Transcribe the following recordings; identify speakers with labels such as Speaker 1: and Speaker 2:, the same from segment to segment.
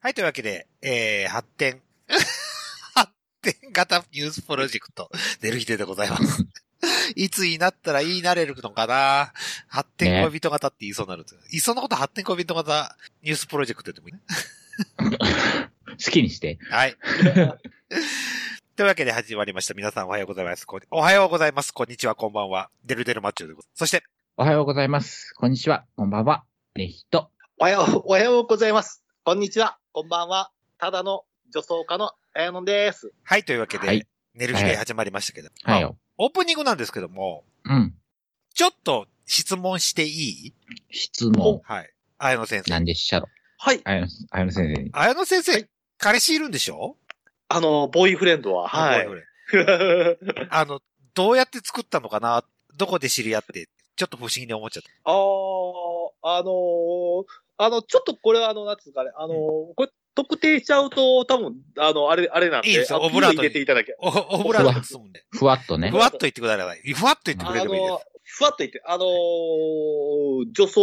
Speaker 1: はい、というわけで、えー、発 展。発展型ニュースプロジェクト、出る日ででございます。 いつになったら言いなれるのかな発展恋人型って言いそうになるんですよ。いっそのこと発展恋人型ニュースプロジェクトでもいいね。
Speaker 2: 好きにして。
Speaker 1: はい。というわけで始まりました。皆さんおはようございます。こんおはようございます。こんにちは、こんばんは。デルデルマッチョでございます。そして、
Speaker 2: おはようございます。こんにちは。こんばんは。ねひと。
Speaker 3: おはよう、おはようございます。こんにちは、こんばんは。ただの女装家のあやのんです。
Speaker 1: はい、というわけで、
Speaker 2: はい
Speaker 1: 寝る日で始まりましたけど、
Speaker 2: はいよ。
Speaker 1: オープニングなんですけども、
Speaker 2: うん。
Speaker 1: ちょっと質問していい
Speaker 2: 質問。
Speaker 1: はい。綾野先生。
Speaker 2: なんでっしゃろ。
Speaker 3: はい。
Speaker 2: あやの、あやの先生に。
Speaker 1: 綾野先生、
Speaker 3: はい
Speaker 1: 彼氏いるんでしょ
Speaker 3: あの、ボーイフレンドは、はい
Speaker 1: ボーイフ。 レン
Speaker 3: あ
Speaker 1: あの、どうやって作ったのかなどこで知り合って、ちょっと不思議に思っちゃった。
Speaker 3: ー、あのーあの、ちょっとこれはあの、なんつうんですかね、あのーこれ特定しちゃうと、多分あの、あれ、あれなんで、
Speaker 1: いいですよ
Speaker 3: あの
Speaker 1: オブラートに
Speaker 3: ビール入れていただけ。
Speaker 1: お、オブラートに包むんで。
Speaker 2: ふわっとね
Speaker 1: ふ。わっと言ってください。ふわっと言って
Speaker 3: あ
Speaker 1: く
Speaker 3: の
Speaker 1: れればいいで
Speaker 3: ーふわっと言って、あのー女装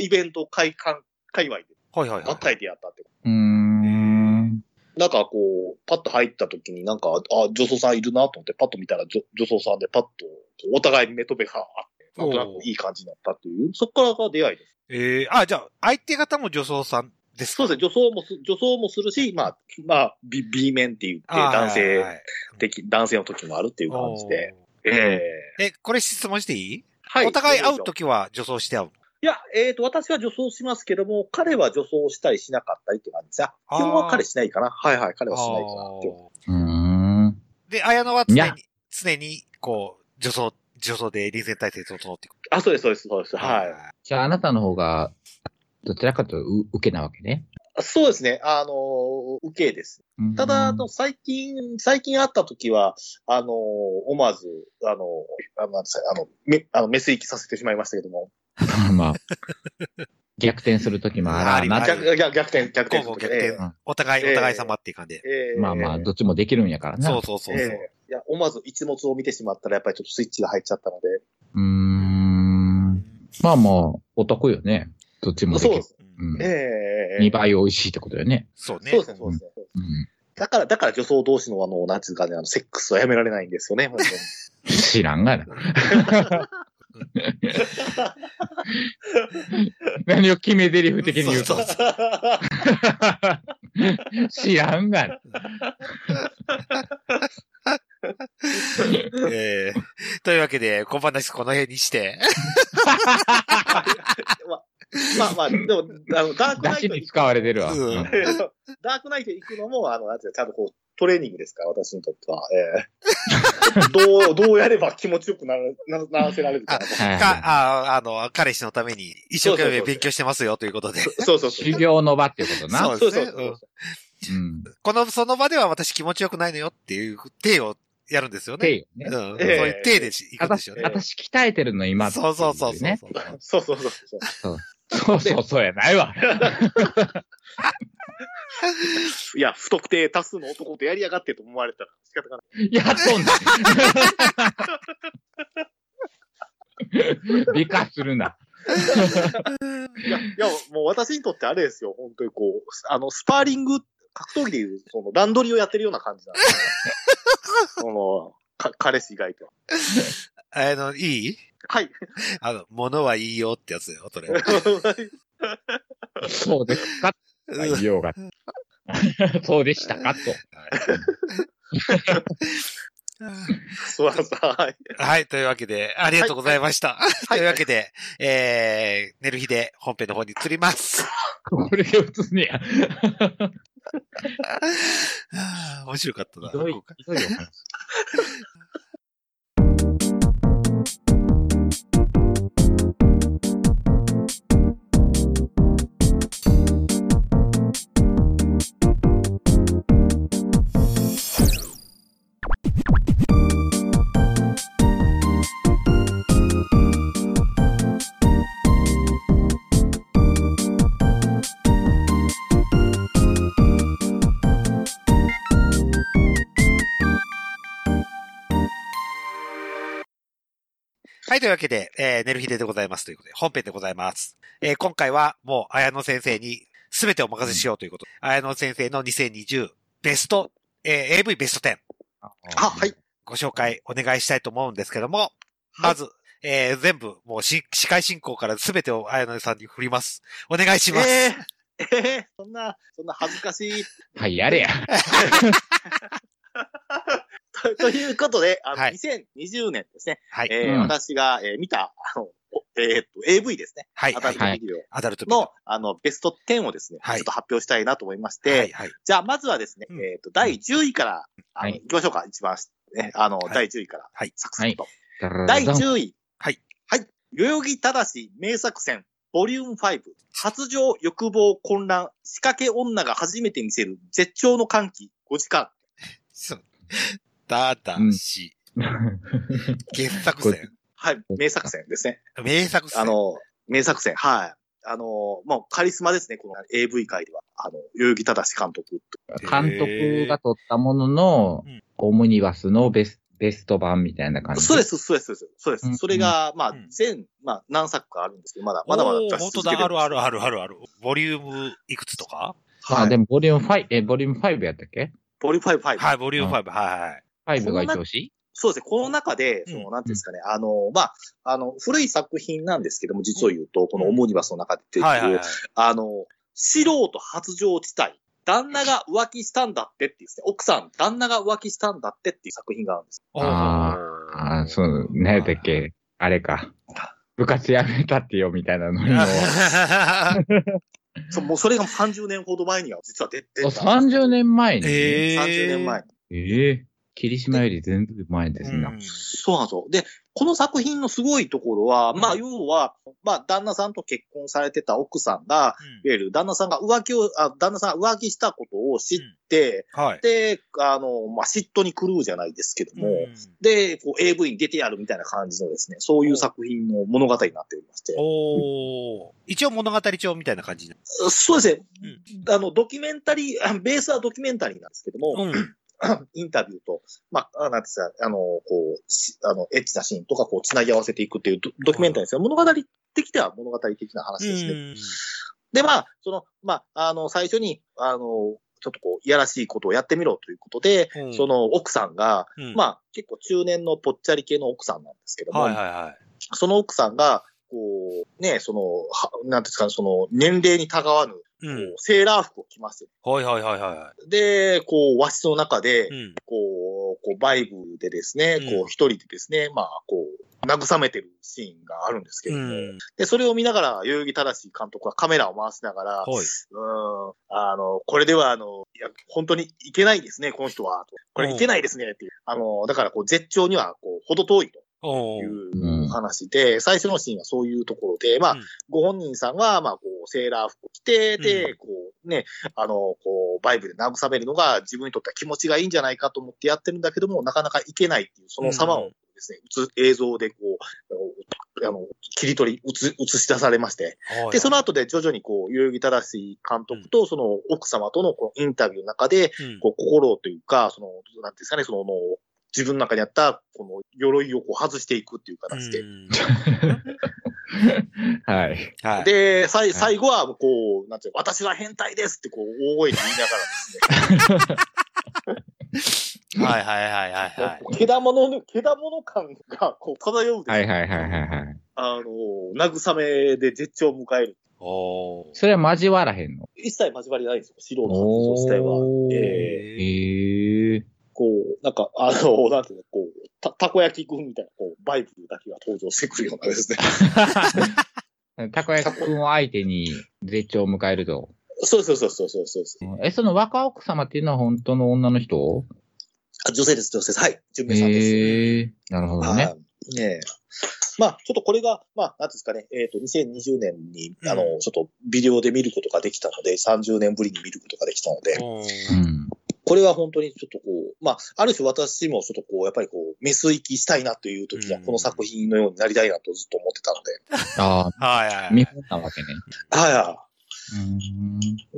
Speaker 3: イベント会館、界隈で、
Speaker 1: す。はいはいは
Speaker 3: 合
Speaker 1: い。
Speaker 3: 体でやったって
Speaker 2: うーん。
Speaker 3: なんかこう、パッと入った時になんか、あ、女装さんいるなと思って、パッと見たら女女装さんで、パッと、お互い目と目があって、なんとな
Speaker 1: おう
Speaker 3: くいい感じになったっていう、そこからが出会いです。
Speaker 1: えー、あ、じゃあ、相手方も女装さんです
Speaker 3: そうですね、女装もす、女装もするし、まあ、まあ、B, B 面って言って、
Speaker 1: あー
Speaker 3: 男
Speaker 1: はいは
Speaker 3: 性
Speaker 1: い
Speaker 3: 的、男性の時もあるっていう感じで。ええ
Speaker 1: え、これ質問していい、
Speaker 3: はい。
Speaker 1: お互い会う
Speaker 3: どぞ
Speaker 1: ときは女装して会うの
Speaker 3: いや、えっ、と、私は女装しますけども、彼は女装したりしなかったりって感じですね。
Speaker 1: あー
Speaker 3: 基本は彼しないかな。はいはい、彼はしないかなっていう。
Speaker 2: うーん。
Speaker 1: で、綾野は常
Speaker 2: に
Speaker 1: に
Speaker 2: ゃ、
Speaker 1: 常に、こう、女装、女装で臨戦態勢整っていく。
Speaker 3: あ、そうです、そうです、そうです。はい。
Speaker 2: じゃああなたの方が、どちらかというとう受けなわけね。
Speaker 3: そうですね。あの、受けです。
Speaker 2: うーん
Speaker 3: ただ、あの、、最近、最近会った時は、あの、思わず、あの、あの、なんですかあの、め、あの、メス行きさせてしまいましたけども。
Speaker 2: まあ。逆転するときもあら
Speaker 1: あり
Speaker 2: な
Speaker 1: ます
Speaker 2: っ
Speaker 3: 逆、
Speaker 2: て。
Speaker 3: 逆逆転、逆転
Speaker 1: 交互逆転、お互い、
Speaker 3: ええ
Speaker 1: お互い様っていう感じで。
Speaker 3: ええ
Speaker 2: まあまあ、
Speaker 3: え
Speaker 2: どっちもできるんやからな。
Speaker 1: そううそうそうそう。
Speaker 3: えいや、思わず一物を見てしまったら、やっぱりちょっとスイッチが入っちゃったので。
Speaker 2: ーん。まあまあ、お得よね。どっちもでき
Speaker 3: そう
Speaker 2: る
Speaker 3: で。す。
Speaker 1: うん
Speaker 2: うん
Speaker 3: ええ
Speaker 2: 2倍美味しいってことよね。
Speaker 1: そうね。
Speaker 3: そうですね、そうですね。
Speaker 2: うん。
Speaker 3: だから、だから女装同士のあの、なんつうかね、あの、セックスはやめられないんですよ ね、本当に。
Speaker 2: 知らんが な。何を決め台詞的に言う
Speaker 1: そ
Speaker 2: と。
Speaker 1: うそう
Speaker 2: 知らんがな。
Speaker 1: ええというわけで、小話この辺にして。
Speaker 3: まあまあ、でも、あの、ダーク
Speaker 2: だ
Speaker 3: ナイ
Speaker 2: し
Speaker 3: ト
Speaker 2: に使われてるわ。
Speaker 1: う
Speaker 2: うんん
Speaker 3: ダークナイト行くのも、あの、なんていうか、ちゃんとこう、トレーニングですから、私にとっては。え えどう、どうやれば気持ちよくなる、な、ならせられるかな。
Speaker 2: はい
Speaker 1: か、ああの、彼氏のために一生懸
Speaker 3: そうそう
Speaker 1: 命
Speaker 3: そう
Speaker 1: 勉強してますよということで。
Speaker 3: そうそうそう
Speaker 2: 修。行の場っていうこと
Speaker 1: そ
Speaker 2: な。
Speaker 1: う
Speaker 3: そう
Speaker 1: です
Speaker 3: そ
Speaker 1: ね
Speaker 3: うそう。
Speaker 2: うん。
Speaker 1: この、その場では私気持ちよくないのよっていう手をやるんですよね。
Speaker 2: 手よ
Speaker 1: うん。
Speaker 2: ね。
Speaker 1: そう
Speaker 3: ええ
Speaker 1: いう手でし行くんです
Speaker 2: 私、
Speaker 1: よね。
Speaker 2: 私鍛えてるの今ってい
Speaker 1: そうそうそうそう。
Speaker 2: ね。
Speaker 3: そうそうそうそう。
Speaker 2: そうそうそうやないわ。
Speaker 3: いや、不特定多数の男とやりやがってと思われたら仕方がない。
Speaker 2: やっとん だ。美化するな。
Speaker 3: いや、いや、もう私にとってあれですよ。本当にこう、あの、スパーリング、格闘技でいう、その、段取りをやってるような感 じなんですよその、か、彼氏以外とは。
Speaker 1: あの、いい
Speaker 3: はい。
Speaker 1: あの、物はいいよってやつだよ、それ。
Speaker 2: そうですか
Speaker 1: うん
Speaker 2: 言いようが。 そうでしたかと。
Speaker 3: そうそう、はい。
Speaker 1: はい、というわけで、ありがとうございました。
Speaker 3: はい
Speaker 1: というわけで、えー、寝る日で本編の方に移ります。
Speaker 2: これで映すねや。
Speaker 1: はあ面白かったな。
Speaker 2: どうい
Speaker 1: 今回
Speaker 2: どういうお話
Speaker 1: はい、というわけで、えー、寝る日ででございますということで、本編でございます。えー、今回はもう、綾野先生に、すべてお任せしようということ。綾野先生の2020ベスト、えー AV ベスト10
Speaker 3: あ、はい。。
Speaker 1: ご紹介お願いしたいと思うんですけども、まず、えー全部、もうし、司会進行からすべてを綾野さんに振ります。お願いします。
Speaker 3: えー、えー、そんな、そんな恥ずかしい。
Speaker 2: はい、やれや。
Speaker 3: とということで、あの、
Speaker 1: はい
Speaker 3: 2020年ですね、
Speaker 1: はい。
Speaker 3: えー
Speaker 2: うん
Speaker 3: 私が、えー見た、あの、おえーっと、AV ですね。
Speaker 1: はい。
Speaker 3: ア
Speaker 1: は
Speaker 3: ダル
Speaker 1: い
Speaker 3: ト。ビデオ
Speaker 1: アダルトビデオ
Speaker 3: の、あの、ベスト10をですね、
Speaker 1: はい
Speaker 3: ちょっと発表したいなと思いまして、
Speaker 1: はい。はい。
Speaker 3: じゃあ、まずはですね、
Speaker 1: うん
Speaker 3: えーっと、第10位から、あ
Speaker 2: は
Speaker 3: の、
Speaker 2: い
Speaker 3: 行きましょうか、一番、ね、あの、
Speaker 1: はい
Speaker 3: 第10位から、
Speaker 1: はい
Speaker 3: サクサクと。第
Speaker 2: 第
Speaker 3: 10位。
Speaker 1: はい。
Speaker 3: はい。代々木正名作戦、ボリューム5。発情、欲望、混乱、仕掛け女が初めて見せる絶頂の歓喜、5時間。
Speaker 1: そう。ただし、傑作戦。
Speaker 3: はい。名作戦ですね。
Speaker 1: 名作戦。
Speaker 3: あ、の、名作戦。はい。あの、もうカリスマですね、この AV 界では。あの、代々木正監督と。
Speaker 2: 監督が撮ったものの
Speaker 1: うん、
Speaker 2: オムニバスのベスベスト版みたいな感じ。
Speaker 3: そうで。す、そうです、そうです。そうで
Speaker 2: ん
Speaker 3: す。それが、まあ
Speaker 1: うん、
Speaker 3: 全、まあ、何作かあるんですけど、まだ、まだまだ
Speaker 1: おー
Speaker 3: 出し
Speaker 1: 本当
Speaker 3: 続けて
Speaker 1: だ、あるあ
Speaker 3: る。
Speaker 1: るあるあるある。ボリュームいくつとか
Speaker 2: あ、
Speaker 3: はい。
Speaker 2: でもボリューム5、え、ボリューム5やったっけ
Speaker 3: ボリューム5、5。
Speaker 1: はい、ボリューム5、はいはい。
Speaker 2: ?5 が一押し
Speaker 3: そうですね、この中で、
Speaker 1: うん
Speaker 3: その、なんていうんですかね、あの、まあ、あの、古い作品なんですけども、実を言うと、このオムニバスの中で出て
Speaker 1: はい
Speaker 3: く
Speaker 1: はい
Speaker 3: る、
Speaker 1: はい。
Speaker 3: あの、素人発情地帯、旦那が浮気したんだってっていうですね、奥さん、旦那が浮気したんだってっていう作品があるんです。
Speaker 2: あ
Speaker 1: おー
Speaker 2: ああ、そう、何やったっ けあれか。部活やめたってよ、みたいなのにも。
Speaker 3: そうもうそれが30年ほど前には実は出て
Speaker 2: お
Speaker 3: た。
Speaker 2: 30年前に。え
Speaker 1: えー。
Speaker 3: 30年前。
Speaker 2: え霧島より全部前です
Speaker 1: う
Speaker 2: な。
Speaker 1: ん
Speaker 3: そうなんですよ。で、この作品のすごいところは、まあ、要は、まあ、旦那さんと結婚されてた奥さんが、いわゆる旦那さんが浮気を、あ旦那さんが浮気したことを知って、
Speaker 1: はい。
Speaker 3: で、あの、まあ、嫉妬に狂うじゃないですけども、
Speaker 1: うん
Speaker 3: で、こう AV に出てやるみたいな感じのですね、そういう作品の物語になっておりまして。
Speaker 1: おー一応物語帳みたいな感じ。
Speaker 3: そうですね、あの、ドキュメンタリー、ベースはドキュメンタリーなんですけども、
Speaker 1: うん。
Speaker 3: インタビューと、まあ、なんていうんですか、あの、こう、しあの、エッチなシーンとか、こう、繋ぎ合わせていくっていうドドキュメンタリーですよ。物語的では物語的な話ですね。で、まあ、その、まあ、あの、最初に、あの、ちょっとこう、いやらしいことをやってみろということで、
Speaker 1: うん
Speaker 3: その奥さんが、
Speaker 1: うん
Speaker 3: まあ、結構中年のぽっちゃり系の奥さんなんですけども、
Speaker 1: はいはいはい。
Speaker 3: その奥さんが、こう、ね、その、はなんていうんですかね、その、年齢にたがわぬ、こ
Speaker 1: う。
Speaker 3: うんセーラー服を着まして、
Speaker 1: はいはいはいは
Speaker 3: で、こう、和室の中で、
Speaker 1: い。うん。
Speaker 3: こう、こうバイブでですね、
Speaker 1: うん
Speaker 3: こう、一人でですね、まあ、こう、慰めてるシーンがあるんですけど
Speaker 1: う
Speaker 3: も、
Speaker 1: ん。
Speaker 3: で、それを見ながら、代々木正監督はカメラを回しながら、
Speaker 1: はい。
Speaker 3: うん、あの、これでは、あの、いや、本当にいけないですね、この人は。とこれいけないですね、っていう。あの、だから、こう、絶頂には、こう、ほど遠いと
Speaker 1: お
Speaker 3: い
Speaker 1: ー
Speaker 2: う
Speaker 3: うん話で、最初のシーンはそういうところで、まあ、
Speaker 1: うん
Speaker 3: ご本人さんは、まあ、こう、セーラー服を着て、で、
Speaker 1: う
Speaker 3: こう、ね、あの、こう、バイブで慰めるのが自分にとっては気持ちがいいんじゃないかと思ってやってるんだけども、なかなかいけないっていう、その様
Speaker 1: う
Speaker 3: を
Speaker 1: ん
Speaker 3: ですね、映映像で、こう、あの、切り取り、映映し出されまして、
Speaker 1: はい
Speaker 3: で、その後で徐々にこう、代々木正監督とその奥様とのこのインタビューの中で、
Speaker 1: うん
Speaker 3: こう、心というか、その、なんていうんですかね、その、自分の中にあった、この、鎧をこう外していくっていう形で。
Speaker 1: うん
Speaker 2: はい。
Speaker 1: はい。
Speaker 3: で、さい最後は、こう、なんていうの私は変態ですって、こう、大声で言いながらですね。
Speaker 1: はいはいはいはいはい。
Speaker 3: けだものの、けだもの感が、こう、漂うですね
Speaker 2: はいはいはいはいはい。
Speaker 3: あの、慰めで絶頂を迎える。
Speaker 1: おー
Speaker 2: それは交わらへんの
Speaker 3: 一切交わりないんですよ、素人の発情
Speaker 2: お
Speaker 3: 自体は。ええ
Speaker 2: ええ。
Speaker 3: こう、なんか、あの、なんていうの、こう、た、たこ焼き軍みたいな、こう、バイブルだけが登場してくるようなですね。
Speaker 2: たこ焼きくんを相手に絶頂を迎えると。
Speaker 3: そうそうそうそうそうそうそう
Speaker 2: え、その若奥様っていうのは本当の女の人
Speaker 3: あ女性です、女性です。はい、純平さんです。
Speaker 2: ええ。なるほどね
Speaker 3: は。い。ねえ。まあ、ちょっとこれが、まあ、なんていうんですかね、えっ、と、2020年に、あの
Speaker 1: うん、
Speaker 3: ちょっとビデオで見ることができたので、30年ぶりに見ることができたので、
Speaker 1: おー
Speaker 2: うん。
Speaker 3: これは本当にちょっとこう、まあ、ある種私もちょっとこう、やっぱりこう、メス行きしたいなという時は、
Speaker 1: うん
Speaker 3: この作品のようになりたいなとずっと思ってたので、
Speaker 2: あ
Speaker 1: はいはいは
Speaker 2: あ、
Speaker 1: い。
Speaker 2: 見本なわけね。
Speaker 3: はいはい。
Speaker 2: うん。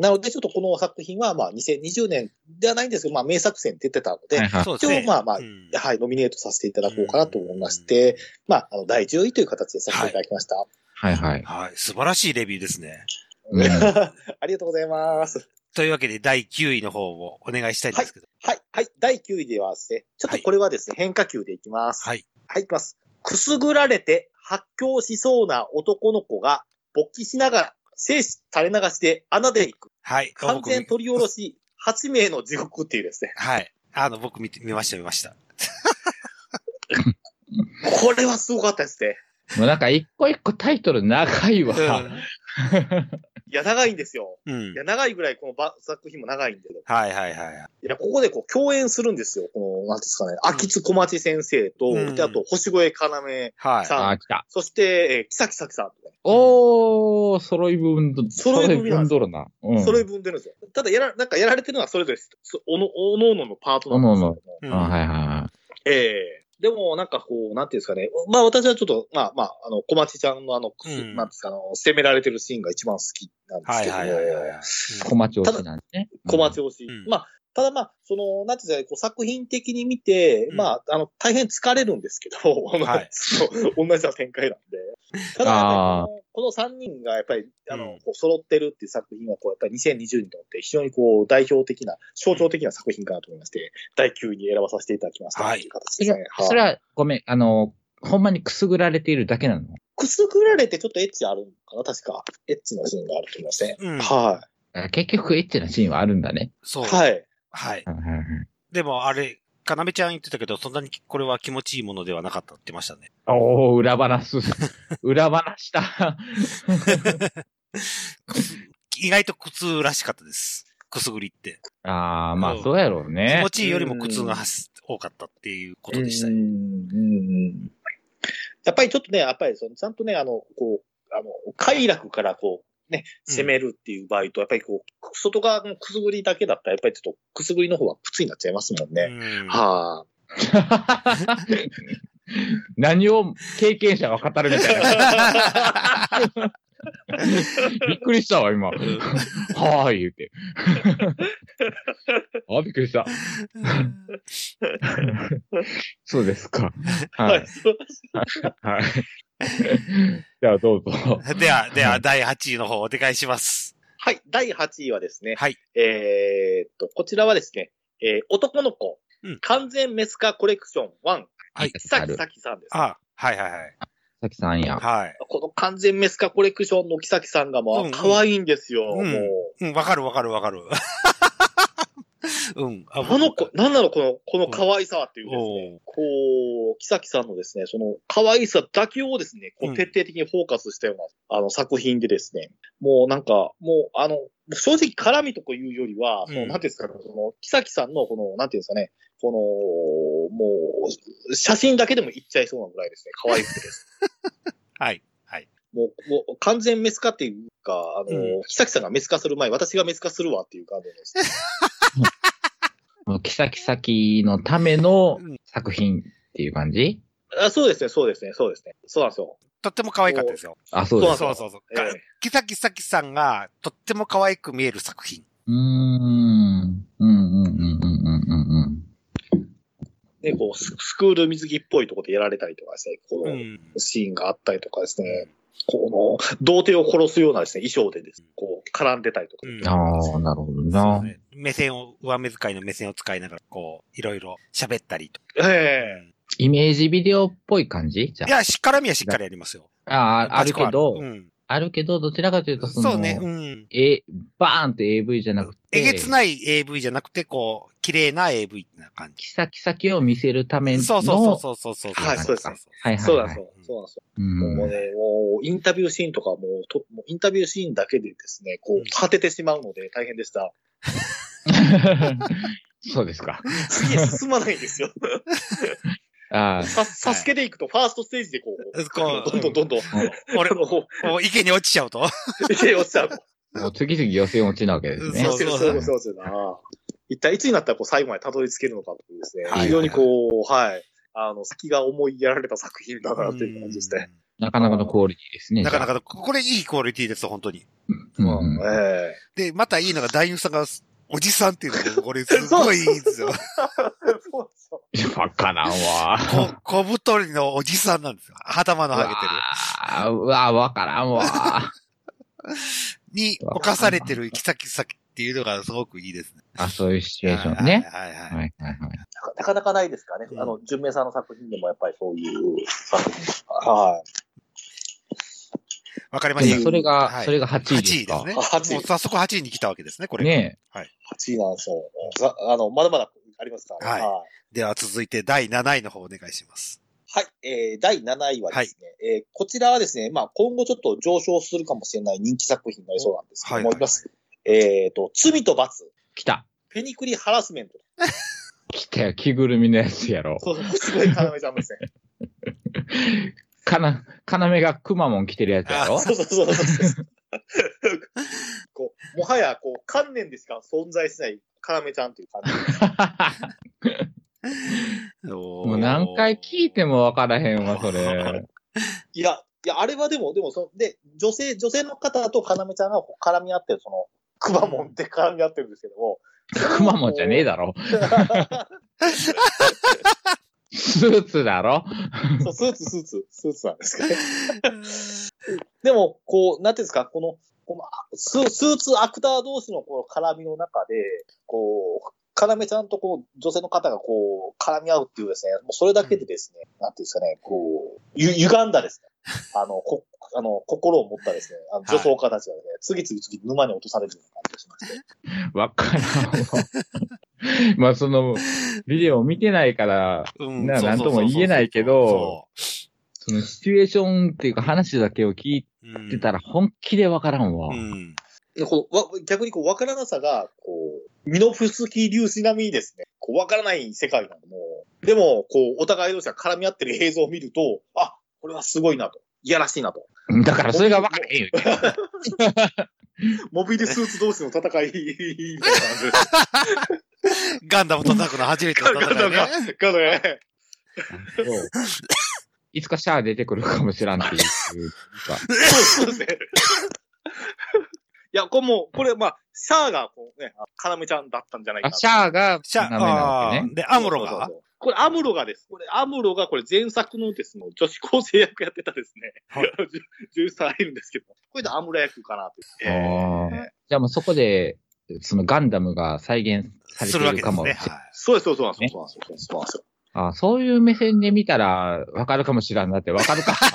Speaker 3: なので、ちょっとこの作品は、まあ、2020年ではないんですけど、まあ、名作戦出てたので、
Speaker 2: は
Speaker 3: はいい、
Speaker 2: はい。
Speaker 1: そうですね。
Speaker 3: 一応まあまあ
Speaker 1: うん
Speaker 3: ノミネートさせていただこうかなと思いまして、、まあ、あの、第10位という形でさせていただきました。
Speaker 2: はいはい。
Speaker 1: はい。素晴らしいレビューですね。
Speaker 2: うん
Speaker 3: ありがとうございます。
Speaker 1: というわけで、第9位の方をお願いしたいんですけど。
Speaker 3: はい、はい、第9位ではですね、ちょっとこれはですね、変化球でいきます。
Speaker 1: はい。
Speaker 3: はい、いきます。くすぐられて発狂しそうな男の子が、勃起しながら、精子垂れ流して穴で行く。
Speaker 1: はい。あ
Speaker 3: 完全取り下ろし、8名の地獄っていう ですね。
Speaker 1: 僕はい。あの、僕見て、見ました、見ました。
Speaker 3: これはすごかったですね。
Speaker 2: もうなんか一個一個タイトル長いわ。
Speaker 3: いや、長いんですよ。
Speaker 1: うん。うん
Speaker 3: いや、長いぐらいこのば作品も長いんだけど。
Speaker 1: はいはいはい。
Speaker 3: いや、ここでこう共演するんですよ。この、なんていうんですかね、秋津小町先生と、
Speaker 1: うん
Speaker 3: で、あと、星越要、
Speaker 1: はい。
Speaker 3: さ
Speaker 2: あー、来た。
Speaker 3: そして、えー、木崎咲さんとね、
Speaker 2: おー、揃い分ど、
Speaker 3: 揃い分なんです
Speaker 2: 揃い分だな。うん。
Speaker 3: それ分出るんですよ。ただ、やら、なんかやられてるのはそれぞれです、そおの、おのおののパートなんですけど
Speaker 1: う
Speaker 3: も
Speaker 1: ん
Speaker 2: あはいはいは
Speaker 3: ええでも、なんかこう、なんていうんですかね。まあ私はちょっと、まあまあ、あの、小町ちゃんのあの、くす
Speaker 1: うん
Speaker 3: なんですか、あの、攻められてるシーンが一番好きなんです
Speaker 1: は
Speaker 3: け
Speaker 1: い
Speaker 3: ども、
Speaker 1: はいはいはい。
Speaker 2: い。小町推しなんですね。
Speaker 3: 小町推し。
Speaker 1: うん
Speaker 3: まあ、ただまあ、その、なんていうんですかね、こう作品的に見て、
Speaker 1: うん
Speaker 3: まあ、あの、大変疲れるんですけど、
Speaker 1: はい
Speaker 3: その同じような展開なんで。ただやっぱりこの、この3人がやっぱり、あ
Speaker 1: うん
Speaker 3: の、こう揃ってるっていう作品は、こう、やっぱり2020にとって非常にこう、代表的な、象徴的な作品かなと思いまして、第9位に選ばさせていただきました。
Speaker 1: はい
Speaker 3: とう形
Speaker 2: そ
Speaker 3: で
Speaker 2: れ
Speaker 3: す
Speaker 2: は
Speaker 3: ね。、
Speaker 2: それはごめん、あの、ほんまにくすぐられているだけなの
Speaker 3: くすぐられてちょっとエッチあるのかな確か。エッチのシーンがあると思いますね。
Speaker 1: うん。
Speaker 3: は
Speaker 2: あ結局エッチなシーンはあるんだね。
Speaker 1: そ
Speaker 3: い。
Speaker 1: う。。
Speaker 3: はいい。
Speaker 1: はい。
Speaker 2: はいはいはい
Speaker 1: でも、あれ、かなめちゃん言ってたけど、そんなにこれは気持ちいいものではなかったって言ってましたね。
Speaker 2: おー、裏話、裏話だ。
Speaker 1: 意外と苦痛らしかったです。くすぐりって。
Speaker 2: あー、ま
Speaker 1: う
Speaker 2: あ
Speaker 1: ん
Speaker 2: そうやろう
Speaker 1: 気
Speaker 2: ね
Speaker 1: 持。ちいいよりも苦痛が多かったっていうことでした
Speaker 3: うん
Speaker 1: よ。
Speaker 3: うんうんやっぱりちょっとね、やっぱりその、ちゃんとね、あの、こう、あの、快楽からこう、ね、
Speaker 1: うん
Speaker 3: 攻めるっていう場合と、やっぱりこう、外側のくすぐりだけだったら、やっぱりちょっとくすぐりの方は苦痛になっちゃいますもんね。
Speaker 1: うん
Speaker 3: はあ。
Speaker 2: 何を経験者が語るみたいな。びっくりしたわ、今。は
Speaker 1: うん
Speaker 2: ーい、言うて。 あ、びっくりした。そうですか。は
Speaker 3: はい い。。
Speaker 2: はい。 じゃあ、どうぞ。
Speaker 1: では、では、第8位の方お願いします。
Speaker 3: はい。第8位はですね、
Speaker 1: はい。
Speaker 3: えーっと、こちらはですね、えー男の子、
Speaker 1: うん
Speaker 3: 完全メス化コレクション1、
Speaker 1: はい
Speaker 3: 木崎咲さんです。
Speaker 1: あ、はいはいはい。
Speaker 2: さきさんや。
Speaker 1: はい。
Speaker 3: この完全メス化コレクションの木崎さんが
Speaker 1: う
Speaker 3: も
Speaker 1: んう
Speaker 3: うん可愛いんですよ。
Speaker 1: うん
Speaker 3: もう
Speaker 1: うん、わかるわかるわかる。 うん。あ
Speaker 3: この子、なんなのこの、この可愛さはっていうですね、
Speaker 1: おー
Speaker 3: こう、木崎さんのですね、その可愛さだけをですね、こ
Speaker 1: うん
Speaker 3: う徹底的にフォーカスしたような、あの作品でですね、もうなんか、もうあの、正直絡みとかいうよりは、その、
Speaker 1: うん
Speaker 3: なんていうんですかね、その、木崎さんのこの、なんていうんですかね、この、もう、写真だけでもいっちゃいそうなぐらいですね、可愛く てですね
Speaker 1: はい。はい。
Speaker 3: もう、もう完全メス化っていうか、あの、
Speaker 1: う
Speaker 3: 木崎さんがメス化する前、私がメス化するわっていう感じです。
Speaker 2: もう、キサキサキのための
Speaker 1: うん
Speaker 2: 作品っていう感じ
Speaker 3: あそうですね、そうですね、そうですね。そうなんですよ。
Speaker 1: とっても可愛かったですよ。
Speaker 2: あ、そう
Speaker 3: お
Speaker 2: で
Speaker 1: そう
Speaker 2: す。
Speaker 1: そうそうそう。
Speaker 3: ええ
Speaker 1: キサキサキさんがとっても可愛く見える作品。
Speaker 2: うーん。うんうんうんうんうんうんうん。
Speaker 3: ね、こう、ススクール水着っぽいとこでやられたりとかですね、こ
Speaker 1: う
Speaker 3: の
Speaker 1: ん。
Speaker 3: シーンがあったりとかですね、この、童貞を殺すようなですね、衣装でですね、こう、絡んでたりとか。
Speaker 1: うん
Speaker 2: ああ、なるほど
Speaker 1: そ
Speaker 2: な
Speaker 1: う。ね目線を、上目遣いの目線を使いながら、こう、いろいろ喋ったりと。
Speaker 3: ええ
Speaker 1: うん
Speaker 2: イメージビデオっぽい感じじゃ
Speaker 1: いや、しっからみはしっかりやりますよ。
Speaker 2: あ。ああ、あるけど
Speaker 1: う、ん。
Speaker 2: あるけど、どちらかというと、その、
Speaker 1: そうね。うん。
Speaker 2: え、バーンって AV じゃなくて、
Speaker 1: えげつない AV じゃなくて、こう、綺麗な AV な感じ。
Speaker 2: キサキサキを見せるための、
Speaker 1: そうそうそうそうそう。
Speaker 3: はいそうです
Speaker 2: はいはい、はい。
Speaker 3: そうなんですよ。そうなんですよ。
Speaker 2: うん
Speaker 3: もうね、もう、インタビューシーンとかもうと、もうインタビューシーンだけでですね、こ
Speaker 1: うん
Speaker 3: う、果ててしまうので大変でした。
Speaker 2: そうですか。
Speaker 3: 次へ進まない んですよ。
Speaker 2: あ
Speaker 3: ササスケで行くと、ファーストステージでこう、
Speaker 1: こう
Speaker 3: どんどんどんどん、
Speaker 1: 俺、
Speaker 3: この
Speaker 1: もう池に落ちちゃうと。
Speaker 3: いけよっちゃう。
Speaker 2: あ、もう次々予選落ちなわけですね。
Speaker 1: そ
Speaker 3: そうう
Speaker 1: そう
Speaker 3: そうそうそうそうな。一体いつになったらこう最後までたどり着けるのかっていうですね
Speaker 1: はいはいは。い
Speaker 3: 非常にこう、はい。あの、隙が思いやられた作品だなっていう感じですね。
Speaker 2: なかなかのクオリティですね。
Speaker 1: なかなか
Speaker 2: か。
Speaker 1: の、これいいクオリティです、本当に。
Speaker 2: うん
Speaker 3: うん
Speaker 2: うん
Speaker 3: え
Speaker 1: で、またいいのが、大夫さんが、おじさんっていうのが、これすごいいい ですよ。
Speaker 3: えそうそう
Speaker 2: わからん わ。
Speaker 1: こ小太りのおじさんなんですよ。頭のハゲてる。
Speaker 2: うわーうわーわからんわ。
Speaker 1: に侵されてる行き先先っていうのがすごくいいですね。
Speaker 2: あ、そういうシチュエーションね。
Speaker 1: はいはいはいはい。
Speaker 2: はいはいはい。
Speaker 3: なかなかないですからね。
Speaker 1: うん
Speaker 3: あの、純明さんの作品でもやっぱりそういう作品。はい。
Speaker 1: わかりま
Speaker 2: で
Speaker 1: し
Speaker 2: も
Speaker 1: た。
Speaker 2: それが、
Speaker 1: はい
Speaker 2: それが8位
Speaker 1: 8
Speaker 2: です
Speaker 1: 位です
Speaker 2: か。
Speaker 1: ね。
Speaker 3: あ8位
Speaker 1: もう早速8位に来たわけですね、これ。
Speaker 2: ね
Speaker 3: 8位なんですよ。ざあの、まだまだありますからね。
Speaker 1: はい
Speaker 3: はい
Speaker 1: では続いて第7位の方お願いします。
Speaker 3: はい、えー、第7位はですね、えーこちらはですね、まあ、今後ちょっと上昇するかもしれない人気作品になりそうなんですけども、います。えっ、と、罪と罰、
Speaker 2: 来た。
Speaker 3: ペニクリハラスメント。
Speaker 2: 来たよ。着ぐるみのやつやろ。
Speaker 3: これすごい要さん ですね。
Speaker 2: かな、かなめがくまモン着てるやつ やろ
Speaker 3: そうそうそうそう。こうもはや、こう、観念でしか存在しない、要ちゃんという感じ。
Speaker 2: も
Speaker 1: も
Speaker 2: う何回聞いて
Speaker 1: も。
Speaker 2: もわからへんわ、それ。
Speaker 3: いや、いや、あれはでも、でもその、で、女性、女性の方と要ちゃんがこう絡み合ってる、その、くまモンって絡み合ってるんですけども、
Speaker 2: くまモンじゃねえだろ。スーツだろ
Speaker 3: そうスーツ、スーツ、スーツなんですけど、ね、でも、こう、なんていうんですか、この、このあススーツアクター同士のこの絡みの中で、こう、要ちゃんとこう女性の方がこう、絡み合うっていうですね、もうそれだけでですね、なんていうんですかね、こう、ゆ、歪んだですね、あの、こ、あの、心を持ったですね、あの
Speaker 1: はい
Speaker 3: 女装家たちがね、次々次々沼に落とされるような感じがしまして。
Speaker 2: わからんわ。 まあ、その、ビデオを見てないから、
Speaker 1: うん
Speaker 2: な
Speaker 1: そうそうそうそう
Speaker 2: なんとも言えないけど
Speaker 1: そ
Speaker 2: そのシチュエーションっていうか話だけを聞いう
Speaker 1: うん
Speaker 2: てたら本気でわからんわ
Speaker 1: う。ん。
Speaker 3: でこうわ逆にこう、わからなさが、こう、ミノフスキー粒子並みにですね、こう、わからない世界なのもう、でも、こう、お互い同士が絡み合ってる映像を見ると、あ、これはすごいなと。いやらしいなと。
Speaker 2: だからそれがわからへんよ。
Speaker 3: モビルスーツ同士の戦い、みたいな感じです。
Speaker 1: ガンダムとザクの初めての戦いね。
Speaker 3: かね。
Speaker 2: そういつかシャア出てくるかもしらんっていうか。
Speaker 3: そうですね。いや、これもう、これ、まあ、シャアが、こうね、カナちゃんだったんじゃないか
Speaker 2: あ、
Speaker 3: な。
Speaker 2: シャアが、
Speaker 1: じゃ
Speaker 2: ダメな
Speaker 1: あ
Speaker 2: わ、け
Speaker 1: あ
Speaker 2: ね
Speaker 1: ーで、アムロ
Speaker 3: そうそう
Speaker 1: が
Speaker 3: そうこれ、アムロがです。これ、アムロが、これ、前作のですね、女子高生役やってたですね、
Speaker 1: はい
Speaker 3: 女優さんいるんですけど、これでアムロ役かなと。
Speaker 2: あーじゃあもうそこで、そのガンダムが再現され
Speaker 1: するわ
Speaker 2: て
Speaker 1: けで
Speaker 2: るか
Speaker 1: す
Speaker 2: も
Speaker 1: ね。
Speaker 2: し
Speaker 1: はい
Speaker 3: そうです、そうですそうなんですよ。そうなんですよ。
Speaker 2: あそういう目線で見たら、わかるかもしらんなって、わかるか。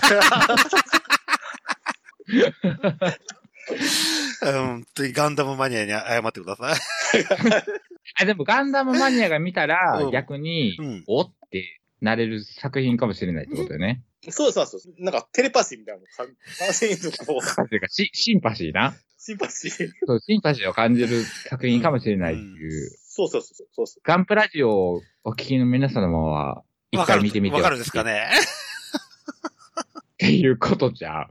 Speaker 1: うん本当にガンダムマニアに謝ってください。
Speaker 2: あでも、ガンダムマニアが見たら
Speaker 1: う、ん
Speaker 2: 逆に
Speaker 1: う、ん。
Speaker 2: おってなれる作品かもしれないってことよね。
Speaker 3: そうです、そうです。なんか、テレパシーみたいなの感感染のこう、
Speaker 2: というか、シシンパシーな。
Speaker 3: シンパシー。
Speaker 2: そう、シンパシーを感じる作品かもしれないっていう。
Speaker 3: そうそうそうそう。そう
Speaker 2: ガンプラジオをお聞きの皆様は、一
Speaker 1: わか
Speaker 2: 回
Speaker 1: る、
Speaker 2: 見てみて
Speaker 1: わかるんですかね。
Speaker 2: っていうこと じゃう。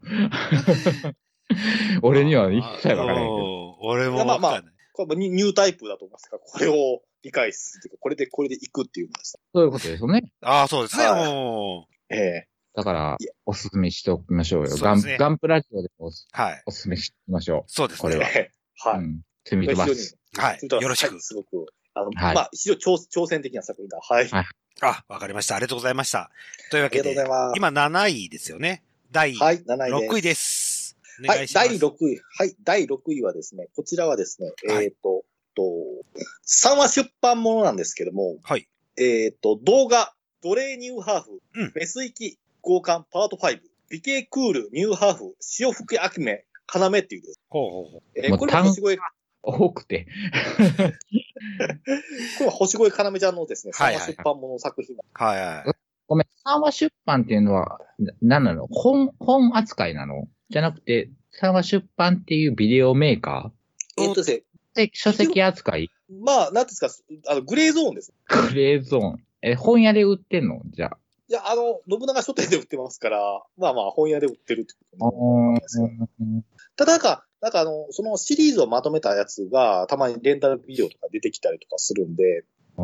Speaker 2: 俺には一切わからへんけど。
Speaker 1: おー俺もわかんない。
Speaker 3: これもニニュータイプだと思いますが、これを理解するというか、これで、これでいくっていうんです。
Speaker 2: そういうことですよね。
Speaker 1: ああ、そうですね。
Speaker 3: はい
Speaker 1: も
Speaker 3: ええ
Speaker 2: だから
Speaker 3: いや、
Speaker 2: おすすめしておきましょうよ。
Speaker 1: そう
Speaker 2: ガ
Speaker 1: で
Speaker 2: ン
Speaker 1: すね
Speaker 2: ガンプラジオでもおす
Speaker 1: う、はい。
Speaker 2: おすすめしておきましょ
Speaker 1: そうです
Speaker 2: これ
Speaker 1: ね。
Speaker 2: は
Speaker 3: ええ
Speaker 2: う。
Speaker 3: は
Speaker 2: う
Speaker 3: い。
Speaker 2: ん。セミドバス。
Speaker 1: はい。よろし
Speaker 3: は
Speaker 1: く
Speaker 3: い。すごく。あの、
Speaker 2: はい
Speaker 3: まあ、一応挑挑戦的な作品だ。はい。
Speaker 2: はい
Speaker 1: あ、わかりました。ありがとうございました。というわ
Speaker 3: あり
Speaker 1: け
Speaker 3: がとう
Speaker 1: で
Speaker 3: ご、ざいます。
Speaker 1: 今7位ですよね。第
Speaker 3: は
Speaker 1: 6
Speaker 3: い、7
Speaker 1: 位
Speaker 3: 位です。
Speaker 1: です。お
Speaker 3: は
Speaker 1: 願
Speaker 3: い
Speaker 1: い、します。
Speaker 3: 第6位。はい、第6位はですね、こちらはですね、
Speaker 1: はい
Speaker 3: えっ、と、と、3話出版ものなんですけども、
Speaker 1: はい。
Speaker 3: えっ、と、動画、奴隷ニューハーフ、
Speaker 1: うん
Speaker 3: メス行き、交換、パート5、美形クール、ニューハーフ、潮吹き、秋め、要っていうです。
Speaker 1: ほうほうほう。
Speaker 3: え
Speaker 2: も
Speaker 3: ー、
Speaker 2: う
Speaker 3: これも
Speaker 2: 単
Speaker 3: 星越え、こ
Speaker 2: 多くて。
Speaker 3: れは星越え要ちゃんのですね、
Speaker 1: はいはい
Speaker 3: 3話
Speaker 1: はい
Speaker 3: 出版もの作品なんで
Speaker 1: はいはい。
Speaker 2: ごめん、三話出版っていうのは、な何なの本、本扱いなのじゃなくて、三話出版っていうビデオメーカ
Speaker 1: はい
Speaker 3: えっ、とですね、
Speaker 2: ーで書籍扱い
Speaker 3: まあ、なんていうんですか、あの、グレーゾーンです。
Speaker 2: グレーゾーン。え、本屋で売ってんのじゃあ。
Speaker 3: いや、あの、信長書店で売ってますから、まあまあ、本屋で売ってるってことになるんですけどただなんか、なんかあの、そのシリーズをまとめたやつが、たまにレンタルビデオとか出てきたりとかするんで、
Speaker 2: お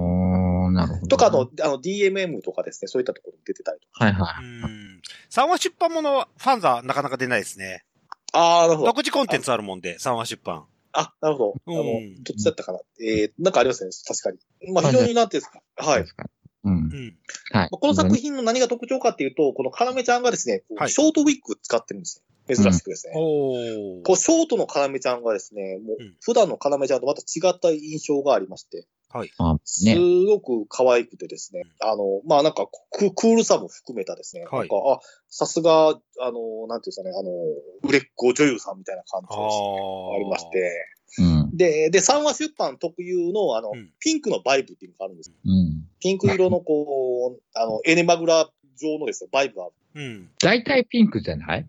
Speaker 2: ー、なるほど。
Speaker 3: とかあの、あの DMM とかですね、そういったところに出てたりとか。
Speaker 2: はいは
Speaker 1: うん。3話出版もの、ファンザなかなか出ないですね。
Speaker 3: ああ、なるほど
Speaker 1: 独。自コンテンツあるもんで、3話出版。
Speaker 3: あ、なるほど。あの、
Speaker 1: うん
Speaker 3: どっちだったかな。えー、なんかありますね、確かに。まあ、非常になんていうんですか。
Speaker 2: い。
Speaker 3: はい
Speaker 2: で。すか。うん
Speaker 1: う。ん。
Speaker 2: はい。
Speaker 3: この作品の何が特徴かっていうと、この要ちゃんがですね、こう
Speaker 1: はい
Speaker 3: ショートウィッグ使ってるんですよ。珍しくですね。
Speaker 1: お
Speaker 3: こう、ショートの要ちゃんがですね、もう
Speaker 1: うん、
Speaker 3: 普段の要ちゃんとまた違った印象がありまして、
Speaker 2: あ
Speaker 3: す
Speaker 2: ね。
Speaker 3: ごく可愛くてですね、あの、まあ、なんかク、クールさも含めたですね、
Speaker 1: はい
Speaker 3: なんか、あ、さすが、あの、なんていうんですかね、あの、売れっ子女優さんみたいな感じですね、
Speaker 1: あ
Speaker 3: ありまし。て、
Speaker 2: うん。
Speaker 3: で、で、三話出版特有の、あの、
Speaker 1: うん
Speaker 3: ピンクのバイブっていうのがあるんです。
Speaker 2: うん。
Speaker 3: ピンク色の、こう、 あの、エネマグラ状のですね、バイブがある。
Speaker 1: うん。
Speaker 2: 大体ピンクじゃない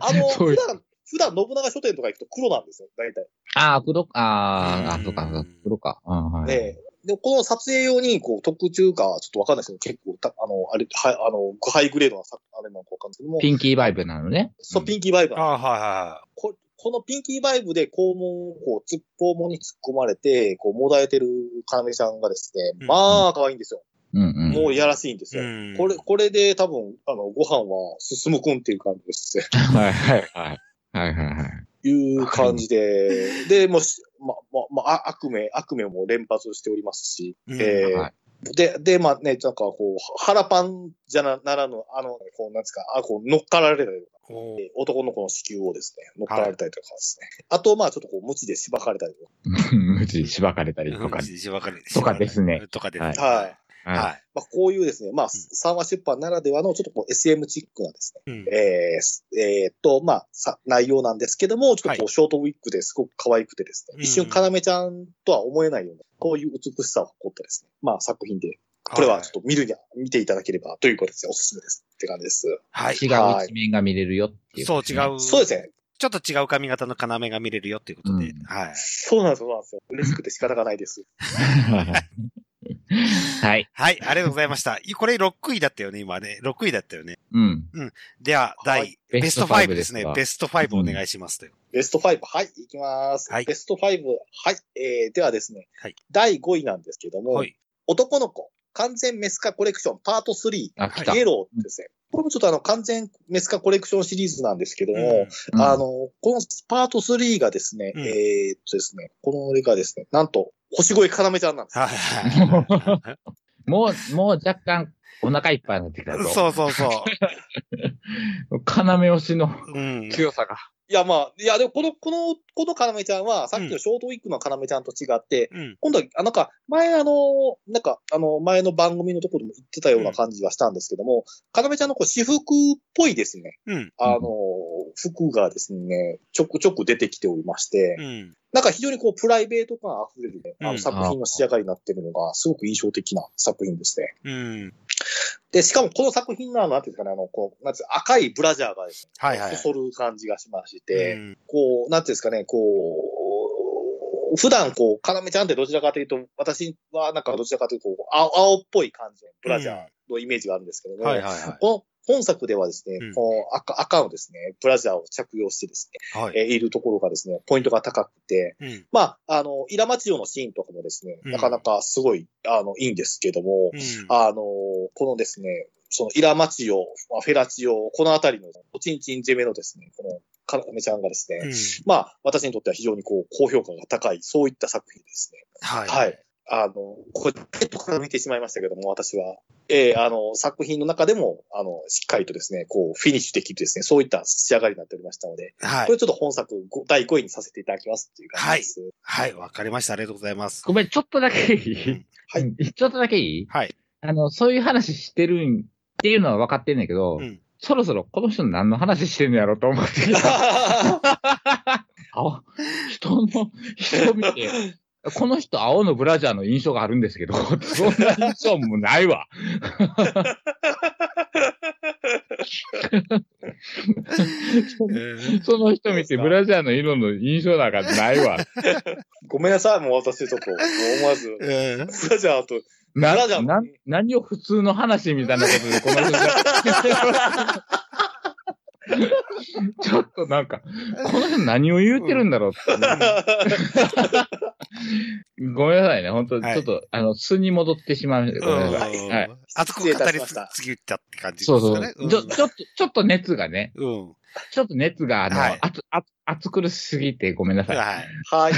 Speaker 3: あの、
Speaker 2: そうい
Speaker 3: 普
Speaker 2: う
Speaker 3: 段、普段信長書店とか行くと黒なんですよ、大体。
Speaker 2: ああ、黒、ああ、
Speaker 1: う
Speaker 2: あ、
Speaker 1: ん
Speaker 2: そうか、そうか黒か。うん、はい。
Speaker 3: で、で、この撮影用に、こう、特注か、ちょっとわかんないですけど、結構た、あの、あれ、はあの、ハイグレードなさ、あれなのかわかんないですけども、
Speaker 2: ピンキーバイブなのね。
Speaker 3: そう、ピンキーバイブ
Speaker 1: あ
Speaker 3: なの
Speaker 1: あ、は
Speaker 3: ここのピンキーバイブで肛門をこう、突っ方門に突っ込まれて、こう、もだえてる要さんがです
Speaker 1: う
Speaker 3: ね、
Speaker 1: ん
Speaker 3: まあ、可愛いんですよ。
Speaker 2: うんうん。
Speaker 3: もういやらしいんです
Speaker 1: いは
Speaker 3: よ。
Speaker 1: い。うん
Speaker 3: これ、、これで多分、あの、ご飯は進むくんっていう感じです ね。
Speaker 2: はいはいはい。はいはいはい。
Speaker 3: いう感 じで、で、もうし、ま、ま、まあ、悪名、悪名も連発しておりますし、
Speaker 1: うん
Speaker 3: えー
Speaker 2: は
Speaker 3: で、で、まあね、なんかこう、腹パンじゃなならぬ、あの、こう、なんですか、あこう乗っかられたりとか、
Speaker 1: おー
Speaker 3: えー男の子の子宮をですね、乗っかられたりとかですね。あと、まあ、ちょっとこう、無知でしばかれたりと
Speaker 2: 無知しばかれたりとか。
Speaker 1: しばかり
Speaker 2: とかですね。
Speaker 1: とかで
Speaker 2: は
Speaker 1: す
Speaker 2: い
Speaker 3: か。はい。
Speaker 2: は
Speaker 1: はい。
Speaker 3: まあ、こういうですね、まあ、三話出版ならではの、ちょっとこう、SM チックなですね、
Speaker 1: うん
Speaker 3: えーすえーっと、まあ、さ内容なんですけども、ちょっと
Speaker 1: は
Speaker 3: こう、ショートウィッグですごく可愛くてです
Speaker 1: うん
Speaker 3: ね、一瞬、要ちゃんとは思えないような、こういう美しさを誇ったですね、まあ、作品で、これはちょっと見るには、見ていただければということですね、おすすめですって感じです。
Speaker 1: はい。
Speaker 2: い。違
Speaker 3: は
Speaker 2: う
Speaker 3: い
Speaker 2: 一面が見れるよっていう。
Speaker 1: そう、違う。
Speaker 3: そうですね。
Speaker 1: ちょっと違う髪型の要が見れるよっていうことで
Speaker 2: うん。
Speaker 1: はい。
Speaker 3: そうなんですよ、そうなんですよ。嬉しくて仕方がないです。
Speaker 2: はい。
Speaker 1: はい、ありがとうございました。い これ6位だったよね、今ね。6位だったよね。
Speaker 2: うん。
Speaker 1: では、第、
Speaker 3: はい
Speaker 1: ベスト
Speaker 2: ベスト
Speaker 1: 5
Speaker 2: 5
Speaker 1: ですね
Speaker 2: です。が
Speaker 1: ベスト5お願いしますという。
Speaker 3: ベスト5、はい、いきます。
Speaker 1: はい
Speaker 3: ベスト5、はい、えー、ではですね、
Speaker 1: はい
Speaker 3: 第5位なんですけども、
Speaker 1: はい。
Speaker 3: 男の子、完全メスカコレクションパート3、イ
Speaker 2: あ、来た。
Speaker 3: エローですね。これもちょっとあの、完全メスカコレクションシリーズなんですけど
Speaker 1: うん
Speaker 3: も、あの、このパート3がですね、
Speaker 1: うん
Speaker 3: えーっとですね、この絵がですね、なんと、星越え要ちゃんなんです。
Speaker 1: はいは
Speaker 2: もう、もう若干お腹いっぱいになってきた
Speaker 1: い。
Speaker 2: ぞ。
Speaker 1: そうそうそ
Speaker 2: 要推しの
Speaker 1: う。うん。
Speaker 2: 強さが。
Speaker 3: いや、まあ、いや、でもこの、この、この要ちゃんは、さっきのショートウィッグの要ちゃんと違って、
Speaker 1: うん。
Speaker 3: 今度は、あなんか、前あの、なんか、あの、前の番組のところでも言ってたような感じはしたんですけども、かなめちゃんのこう私服っぽいですね、
Speaker 1: うん。
Speaker 3: あの、服がですね、ちょくちょく出てきておりまして、
Speaker 1: うん。
Speaker 3: なんか非常にこう、プライベート感あふれるね、あ
Speaker 1: う
Speaker 3: の
Speaker 1: ん
Speaker 3: 作品の仕上がりになってるのが、すごく印象的な作品ですね。
Speaker 1: うん。
Speaker 3: で、しかもこの作品の、あのなんていうんですかね、あの、こう、なんていうの赤いブラジャーがですね、
Speaker 1: はいはい。
Speaker 3: そそる感じがしまし
Speaker 1: う
Speaker 3: て、
Speaker 1: ん
Speaker 3: こう、なんていうんですかね、こう、普段こう、かなめちゃんってどちらかというと、私はなんかどちらかというと、こう青青っぽい感じのブラジャーのイメージがあるんですけども、
Speaker 1: はいはいは
Speaker 3: この本作ではですね、
Speaker 1: うん
Speaker 3: こう赤赤のですね、ブラジャーを着用してです
Speaker 1: い。はい。
Speaker 3: ね、えーいるところがですね、ポイントが高くて、
Speaker 1: うん。
Speaker 3: まあ、あの、イラマチオのシーンとかもですね、
Speaker 1: うん
Speaker 3: なかなかすごい、あの、いいんですけども、
Speaker 1: うん
Speaker 3: あの、このですね、そのイラマチオ、まあフェラチオ、このあたりの、おちんちん攻めのですね、この、かなめちゃんがですね、
Speaker 1: うん
Speaker 3: まあ、私にとっては非常にこう、高評価が高い、そういった作品ですね。
Speaker 1: はい。
Speaker 3: はい。あの、これ、ペットから見てしまいましたけども、私は。えーあの、作品の中でも、あの、しっかりとですね、こう、フィニッシュできるですね、そういった仕上がりになっておりましたので、
Speaker 1: は
Speaker 3: こ
Speaker 1: い。
Speaker 3: れちょっと本作ご第5位にさせていただきますっていう感じです。
Speaker 1: はい。わかりました。ありがとうござい ます。
Speaker 2: ごめん、ちょっとだけいい
Speaker 3: は
Speaker 2: ちょっとだけいい
Speaker 1: はい。
Speaker 2: あの、そういう話してるんっていうのは分かってんねんけど、
Speaker 1: うん
Speaker 2: そろそろこの人何の話してんのやろと思ってきた。青、人の、人見て、この人青のブラジャーの印象があるんですけど、そんな印象もないわ。
Speaker 1: うん
Speaker 2: その人見てブラジャーの色の印象なんかないわ。
Speaker 3: ごめんなさい、もう私ちょっと、もう思わず、
Speaker 1: うん
Speaker 3: ブラジャーと、ブラジ
Speaker 2: な、
Speaker 3: ャー
Speaker 2: な
Speaker 3: も、
Speaker 2: 何を普通の話みたいなことで、この人がちょっとなんか、この人何を言うてるんだろうって思う ごめんなさいね、本当、
Speaker 1: はい
Speaker 2: ちょっと、あの、素に戻ってしまう。ごめんなさい。
Speaker 1: うん
Speaker 2: はい。
Speaker 1: 熱く語
Speaker 3: 失礼いた
Speaker 1: り
Speaker 3: しました
Speaker 1: すぎたって感じ
Speaker 2: そ
Speaker 1: で
Speaker 2: う
Speaker 1: す
Speaker 2: そ
Speaker 1: かね。
Speaker 2: う。ちょ、ちょっと、ちょっと熱がね、
Speaker 1: うん。うん。
Speaker 2: ちょっと熱が、あの、
Speaker 1: はい
Speaker 2: 熱、熱、熱苦しすぎてごめんなさい。
Speaker 1: はい。
Speaker 3: はい。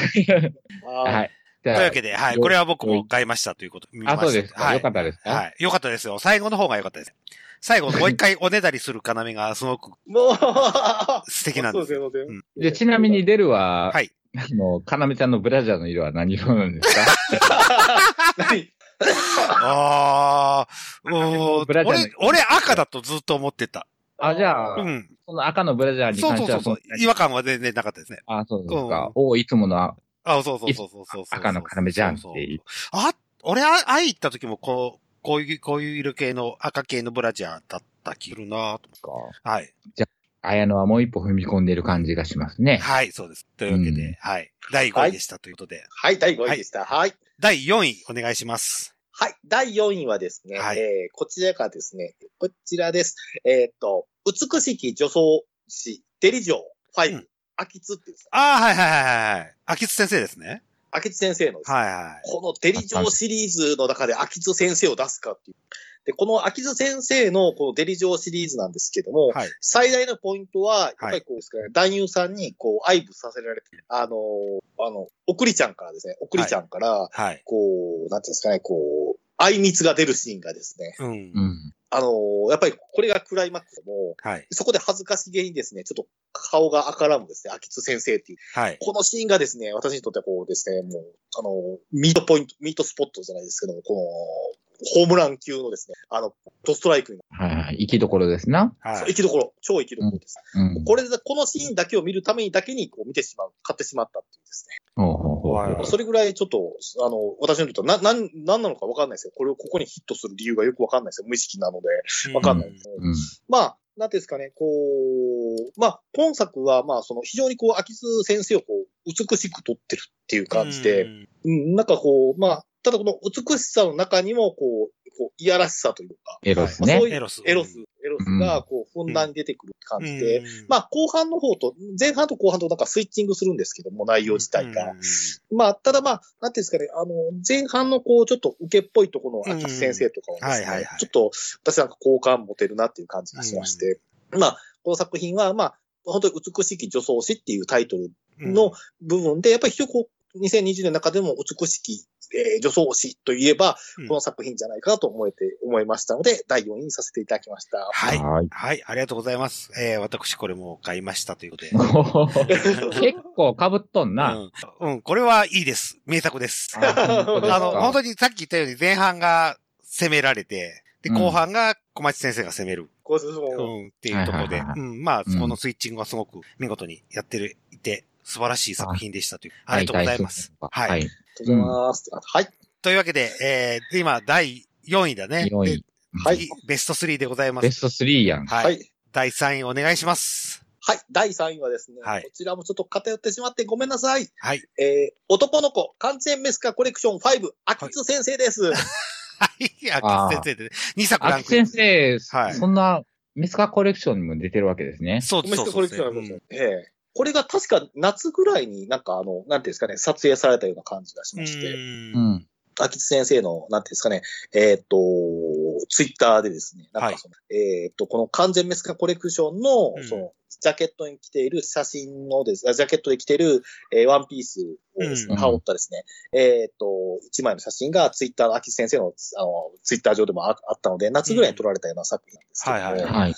Speaker 2: は
Speaker 3: はい。
Speaker 2: い。じ
Speaker 1: と
Speaker 2: ゃ
Speaker 1: いう
Speaker 2: あ
Speaker 1: わ、けで、はい。
Speaker 2: よ
Speaker 1: これは僕も買いましたということ。見ました
Speaker 2: あ、そうですか。
Speaker 1: はい
Speaker 2: よかったですか
Speaker 1: はい。よかったですよ。最後の方が良かったです。最後、もう一回おねだりする要がすごく
Speaker 3: もう、
Speaker 1: 素敵なんです。
Speaker 3: そうですよ
Speaker 1: うん
Speaker 2: で、ちなみに、デルは、
Speaker 1: はい。
Speaker 2: あの、かなめちゃんのブラジャーの色は何色なんですか
Speaker 3: 何
Speaker 1: ああ、もう
Speaker 2: ブラジャーの
Speaker 1: 俺、俺赤だとずっと思ってた。
Speaker 2: あ、じゃあ、
Speaker 1: うん。
Speaker 2: その赤のブラジャーに
Speaker 1: そう
Speaker 2: 関
Speaker 1: そう
Speaker 2: して
Speaker 1: そ
Speaker 2: は
Speaker 1: うそう。違和感は全然なかったですね。
Speaker 2: あ、そうです
Speaker 1: うん
Speaker 2: か。おいつものあ
Speaker 1: あそうそうそうそうそうそうそう。
Speaker 2: 赤の要じゃんっていう。
Speaker 1: あ、俺、あ会い行った時も、こう、こういう、こういう色系の赤系のブラジャーだった気がするなと
Speaker 2: か。
Speaker 1: はい。
Speaker 2: 綾野はもう一歩踏み込んでる感じがしますね。
Speaker 1: はい、そうです。というわけで、
Speaker 2: うん
Speaker 1: はい。第5位でしたということで。
Speaker 3: はい、第5位でした。はい。
Speaker 1: 第4位、お願いします。
Speaker 3: はい。第4位はですね、
Speaker 1: はい
Speaker 3: えーこちらがですね、こちらです。えーっと、美しき女装師、デリジョー
Speaker 1: う
Speaker 3: 5、
Speaker 1: ん
Speaker 3: 秋津っていうんですか
Speaker 1: ああ、はいはいはいはい。秋津先生ですね。
Speaker 3: 秋津先生のですね
Speaker 1: はいはい。
Speaker 3: このデリジョーシリーズの中で秋津先生を出すかっていう。で、この秋津先生のこのデリジョーシリーズなんですけども、
Speaker 1: はい。
Speaker 3: 最大のポイントは、やっぱりこうですかね、男優さんにこう、愛撫させられて、あのーあの、おくりちゃんからですね、おくりちゃんから、
Speaker 1: はい。
Speaker 3: こう、なんていうんですかね、こう、愛蜜が出るシーンがですね、
Speaker 1: うん
Speaker 2: う。ん。
Speaker 3: あのーやっぱりこれがクライマックスでも、
Speaker 1: はい。
Speaker 3: そこで恥ずかしげにですね、ちょっと顔が赤らむですね、秋津先生っていう。
Speaker 1: はい。
Speaker 3: このシーンがですね、私にとってはこうですね、もう、あの、ミートポイント、ミートスポットじゃないですけども、この、ホームラン級のですね、あの、ドストライクに、
Speaker 2: はいはい。生きどころですな。
Speaker 1: は
Speaker 3: そう
Speaker 1: い。
Speaker 3: 生きどころ、超生きどころです。
Speaker 2: うん。
Speaker 3: これで、このシーンだけを見るためにだけに、こう見てしまう、買ってしまったっていうです
Speaker 2: ほうほうほう
Speaker 1: はい
Speaker 2: ほ
Speaker 3: ね。
Speaker 2: う
Speaker 3: それぐらいちょっと、あの、私にとっては、な、なん、なんなのかわかんないですよ。これをここにヒットする理由がよくわかんないですよ。無意識なので。わかんないですね。
Speaker 2: うん。
Speaker 3: まあ、なんていうんですかね、こう、まあ、今作は、まあ、その、非常にこう、秋津先生をこう、美しく撮ってるっていう感じで、
Speaker 1: うん
Speaker 3: うん、なんかこう、まあ、ただこの美しさの中にも、こう、こう、いやらしさというか、
Speaker 2: エロス
Speaker 3: まあ
Speaker 2: ね
Speaker 3: そう。いう
Speaker 1: エロス。
Speaker 3: エロス、エロスが、こう、ふんだんに出てくる感じで、
Speaker 1: うん
Speaker 3: まあ、後半の方と、前半と後半となんかスイッチングするんですけども、内容自体が。まあ、ただまあ、なんていうんですかね、あの、前半のこう、ちょっと受けっぽいところの秋津先生とかはです
Speaker 1: うんはいはい
Speaker 3: ね
Speaker 1: は、い
Speaker 3: ちょっと私なんか好感持てるなっていう感じがしまして、まあ、この作品はまあ、本当に美しき女装師っていうタイトル
Speaker 1: うん
Speaker 3: の、部分で、やっぱり非常にこう、2020年の中でも美しき、えー女装師といえば
Speaker 1: うん、
Speaker 3: この作品じゃないかなと思えて、思いましたので、第4位にさせていただきました。
Speaker 1: はい。
Speaker 2: はい。
Speaker 1: はい、ありがとうございます。えー、私これも買いましたということで。
Speaker 2: 結構被っとんな。
Speaker 1: うん、うん、これはいいです。名作です。あ
Speaker 2: あ本当ですか
Speaker 1: の、本当にさっき言ったように前半が攻められて、で、
Speaker 2: うん
Speaker 1: 後半が小町先生が攻める。
Speaker 3: こうする
Speaker 1: う
Speaker 3: も、
Speaker 1: ん、っていうところで。
Speaker 2: はいはいは
Speaker 1: うん、まあ、
Speaker 2: うん
Speaker 1: このスイッチングはすごく見事にやってる、いて、素晴らしい作品でしたという。あ
Speaker 2: は
Speaker 1: りがとうございます。はい。
Speaker 2: はい。
Speaker 3: とうございます。はい。
Speaker 1: というわけで、えー、で今、第4位だね。
Speaker 2: 4位
Speaker 1: で。
Speaker 3: は
Speaker 1: 次、ベスト3でございま
Speaker 2: ベ
Speaker 1: す。
Speaker 2: スト3やん。
Speaker 1: は。
Speaker 3: はいい。
Speaker 1: 第3位お願いします。
Speaker 3: はい。第3位はですね、
Speaker 1: はい
Speaker 3: こちらもちょっと偏ってしまってごめんなさい。
Speaker 1: はい。
Speaker 3: えー、男の子完全メスカコレクション5、秋津先生です。
Speaker 1: はい、秋津先生で、ね、2作ラン
Speaker 2: 秋
Speaker 1: クイン
Speaker 2: 先。生、
Speaker 1: はい
Speaker 2: そんな、メスカコレクションにも出てるわけですね。
Speaker 1: そうで
Speaker 3: メ
Speaker 1: す
Speaker 3: ス
Speaker 1: そうで
Speaker 3: カコレ
Speaker 1: す
Speaker 3: ク
Speaker 1: そ
Speaker 3: ション
Speaker 1: う
Speaker 3: な
Speaker 1: で
Speaker 3: んです
Speaker 1: す。
Speaker 3: よ。ええこれが確か夏ぐらいになんかあの、なんていうんですかね、撮影されたような感じがしまして。
Speaker 1: う。
Speaker 2: うんん。
Speaker 3: 秋津先生の、なんていうんですかね、えーっ、と、ツイッターでですね、なんかその、えーっ、と、この完全メスカコレクションの、
Speaker 1: うん
Speaker 3: その、ジャケットに着ている写真のです、あジャケットで着ている、えーワンピースをです
Speaker 2: う
Speaker 3: ね、
Speaker 2: ん
Speaker 3: 羽織ったですね、えーっ、と、一枚の写真がツイッターの秋津先生の、あの、ツイッター上でもああったので、夏ぐらいに撮られたような作品なんですけども、
Speaker 1: うんはいはい
Speaker 2: はい。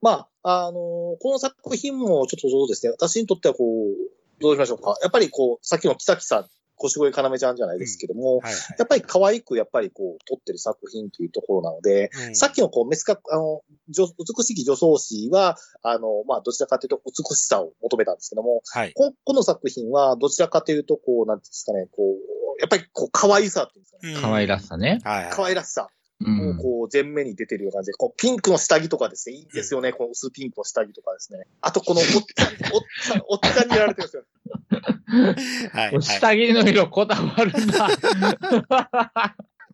Speaker 3: まあ、あのーこの作品もちょっとそうですね、私にとってはこう、どうしましょうか。やっぱりこう、さっきの木崎さん、腰越要ちゃんじゃないですけども、
Speaker 1: はいはい。
Speaker 3: やっぱり可愛く、やっぱりこう、撮ってる作品というところなので、
Speaker 1: うん
Speaker 3: さっきのこう、メスカ、あの、女美しき女装師は、あの、まあ、どちらかというと美しさを求めたんですけども、
Speaker 1: はい。
Speaker 3: ここの作品は、どちらかというと、こう、なんていうんですかね、こう、やっぱりこう、可愛さっていうんですかね。
Speaker 2: 可愛らしさね。
Speaker 1: はい。
Speaker 3: 可愛らしさ
Speaker 2: う
Speaker 3: を
Speaker 2: ん。
Speaker 3: こう前面に出てるような感じで、こうピンクの下着とかですね、いいんですよね、この薄ピンクの下着とかですね。あとこのおっちゃん、おっちゃん、おっちゃんにやられてるんですよ。
Speaker 1: はい。はい。
Speaker 2: 下着の色こだわるな。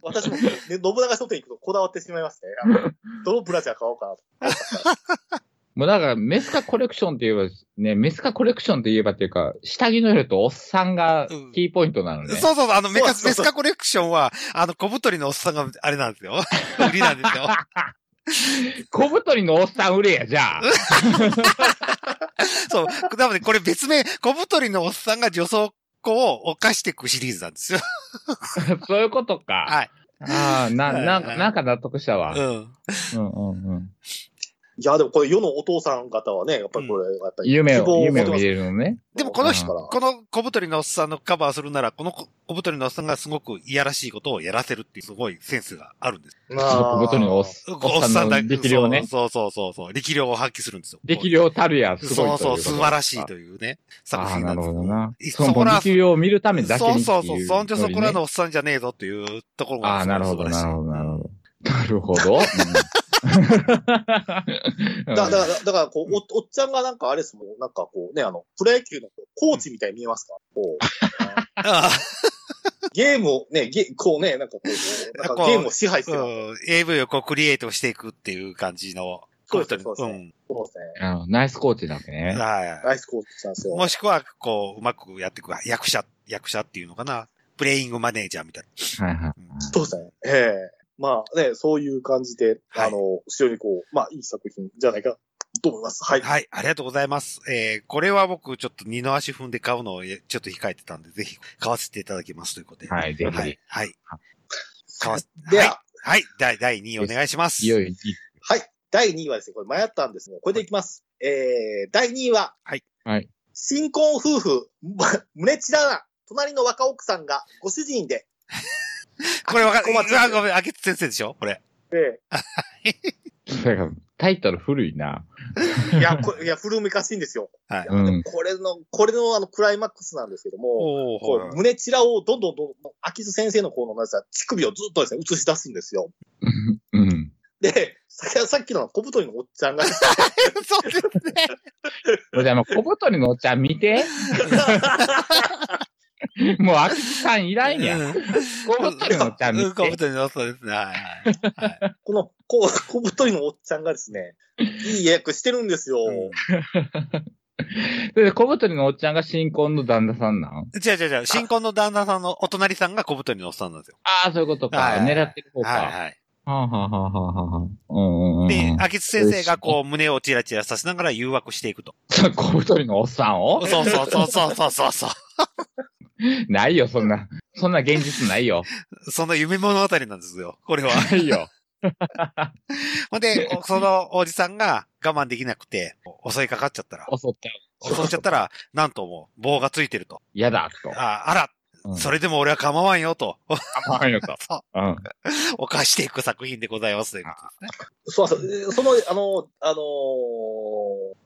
Speaker 3: 私も、ね、信長書店行くとこだわってしまいますね。あのどのブラジャー買おうかなと。
Speaker 2: もうだから、メスカコレクションといえば、ね、メスカコレクションといえばっていうか、下着の色とおっさんが
Speaker 1: うん
Speaker 2: キーポイントなのね。
Speaker 1: そうそう、あの、メカ、メ
Speaker 3: そうそう
Speaker 1: スカコレクションは、あの、小太りのおっさんが、あれなんです よ。売りなんですよ。
Speaker 2: 小太りのおっさん売れや、じゃあ。
Speaker 1: そう。なので、これ別名、小太りのおっさんが女装子を犯していくシリーズなんですよ。
Speaker 2: そういうことか。
Speaker 1: はい。
Speaker 2: ああ、な、な
Speaker 1: は
Speaker 2: んか、
Speaker 1: い
Speaker 2: なんか納得したわ。
Speaker 1: うん。
Speaker 2: うんうんうん。
Speaker 3: いや、でもこれ世のお父さん方はね、やっぱりこれ、やっぱり
Speaker 2: 夢を、夢を
Speaker 3: 持てま
Speaker 2: 見
Speaker 3: す
Speaker 2: れるのね。
Speaker 1: でもこの
Speaker 2: 人
Speaker 3: から
Speaker 1: この小太りのおっさんのカバーするなら、この小小太りのおっさんがすごくいやらしいことをやらせるっていうすごいセンスがあるんです。
Speaker 2: すごくごとにお
Speaker 1: お
Speaker 2: っおっさんの力量ね。
Speaker 1: そうそうそうそうそう。力量を発揮するんですよ。
Speaker 2: 力量たるや、すご
Speaker 1: そ
Speaker 2: いうとい
Speaker 1: そう
Speaker 2: こと
Speaker 1: う、素晴らしいというね、作
Speaker 2: ああ、
Speaker 1: 品な
Speaker 2: な
Speaker 1: ん
Speaker 2: る
Speaker 1: です
Speaker 2: ほ
Speaker 1: よ
Speaker 2: どな。
Speaker 1: い
Speaker 2: その
Speaker 1: こら
Speaker 2: 力量を見るためだけにってい
Speaker 1: そうそうそう、そんじょそこらの
Speaker 2: ノ
Speaker 1: おっさんじゃねえぞっていうところ
Speaker 2: リね。あ
Speaker 1: が
Speaker 2: あ、
Speaker 1: すご
Speaker 2: ないるほ
Speaker 1: 素
Speaker 2: ど、
Speaker 1: 晴らしい。
Speaker 2: なるほど、なるほど。なるほど。 うん
Speaker 3: だだだだからこうお、おっちゃんがなんかあれですもん、なんかこうね、あの、プロ野球のコーチみたいに見えますかこう、
Speaker 1: あ
Speaker 3: ゲームをね、ゲこうね、なんかこう、なんかゲームを支配してる。
Speaker 1: あうん AV をこうクリエイトしていくっていう感じの。
Speaker 3: そうですねそうですね
Speaker 1: ん
Speaker 3: そうですね。
Speaker 2: あのナイスコーチだってね。
Speaker 1: は
Speaker 3: ナイスコーチしたんです
Speaker 1: い。
Speaker 3: よ。
Speaker 1: もしくは、こう、うまくやっていく役者、役者っていうのかな。プレイングマネージャーみたい
Speaker 2: はいはい。
Speaker 1: な。
Speaker 3: そうですね。ええまあね、そういう感じで、
Speaker 1: はい
Speaker 3: あの、非常にこう、まあいい作品じゃないかと思います。はい。
Speaker 1: はい、ありがとうございます。えー、これは僕ちょっと二の足踏んで買うのをえちょっと控えてたんで、ぜひ買わせていただきますということで。
Speaker 2: はい、ぜ
Speaker 1: は
Speaker 2: ひ
Speaker 1: い。。はい。買わせ
Speaker 3: では、
Speaker 1: はいはい。第、第2位お願いします。
Speaker 2: いよいよいい。
Speaker 3: はい。第2位はですね、これ迷ったんですが、これでいきます。えー、第2位は、
Speaker 1: はい。
Speaker 2: はい。
Speaker 3: 新婚夫婦、 む胸ちらな、隣の若奥さんがご主人で、
Speaker 1: これわかる。
Speaker 3: 小松先生
Speaker 1: あ、ごめん、明智先生でしょこれ。
Speaker 3: え
Speaker 2: だからタイトル古いな。
Speaker 3: ーいや、これ、いや、古めかしいんですよ。
Speaker 1: はい
Speaker 3: やで
Speaker 2: う
Speaker 3: も
Speaker 2: ん
Speaker 3: これの、これのあの、クライマックスなんですけども、
Speaker 1: おお
Speaker 3: こう胸ちらをどんどんどんどん、秋津先生の方の、なんですか乳首をずっとですね、映し出すんですよ。
Speaker 2: うん。
Speaker 3: で、ささっきの小太りのおっちゃんがですね、
Speaker 1: そうですね。
Speaker 2: これあの、小太りのおっちゃん見 て。もう、秋きさんいらんやん。小太りのおっちゃん
Speaker 1: うん、
Speaker 2: 見
Speaker 1: 小
Speaker 2: て。
Speaker 1: 太りのそうですね。はいはい。はい
Speaker 3: この、こう、小太りのおっちゃんがですね、いい役してるんですよ。
Speaker 2: で、小太りのおっちゃんが新婚の旦那さんなん
Speaker 1: 違う違う違う。新婚の旦那さんのお隣さんが小太りのおっさんなんですよ。
Speaker 2: ああ、そういうことか。
Speaker 1: はい
Speaker 2: 狙ってる方か。
Speaker 1: はい
Speaker 2: は
Speaker 1: はい。
Speaker 2: あはあはあはあはあ。うんうんうん。
Speaker 1: で、秋津先生がこう胸をチラチラさせながら誘惑していくと。
Speaker 2: そう 小太りのおっさんを
Speaker 1: そうそうそうそうそうそうそう。
Speaker 2: ないよ、そんな。そんな現実ないよ。
Speaker 1: その夢物語なんですよ。これは。
Speaker 2: ないよ。
Speaker 1: ほんで、こそのおじさんが我慢できなくて、襲いかかっちゃったら、
Speaker 2: 襲っちゃう。
Speaker 1: 襲っちゃったら、なんともう棒がついてると。
Speaker 2: 嫌だ、と。
Speaker 1: あ、あら、
Speaker 2: うん
Speaker 1: それでも俺は構わんよと、
Speaker 2: あかんよと。
Speaker 1: そう
Speaker 2: うん。
Speaker 1: 犯していく作品でございますということですね。
Speaker 3: そうそう。でその、あの、あのー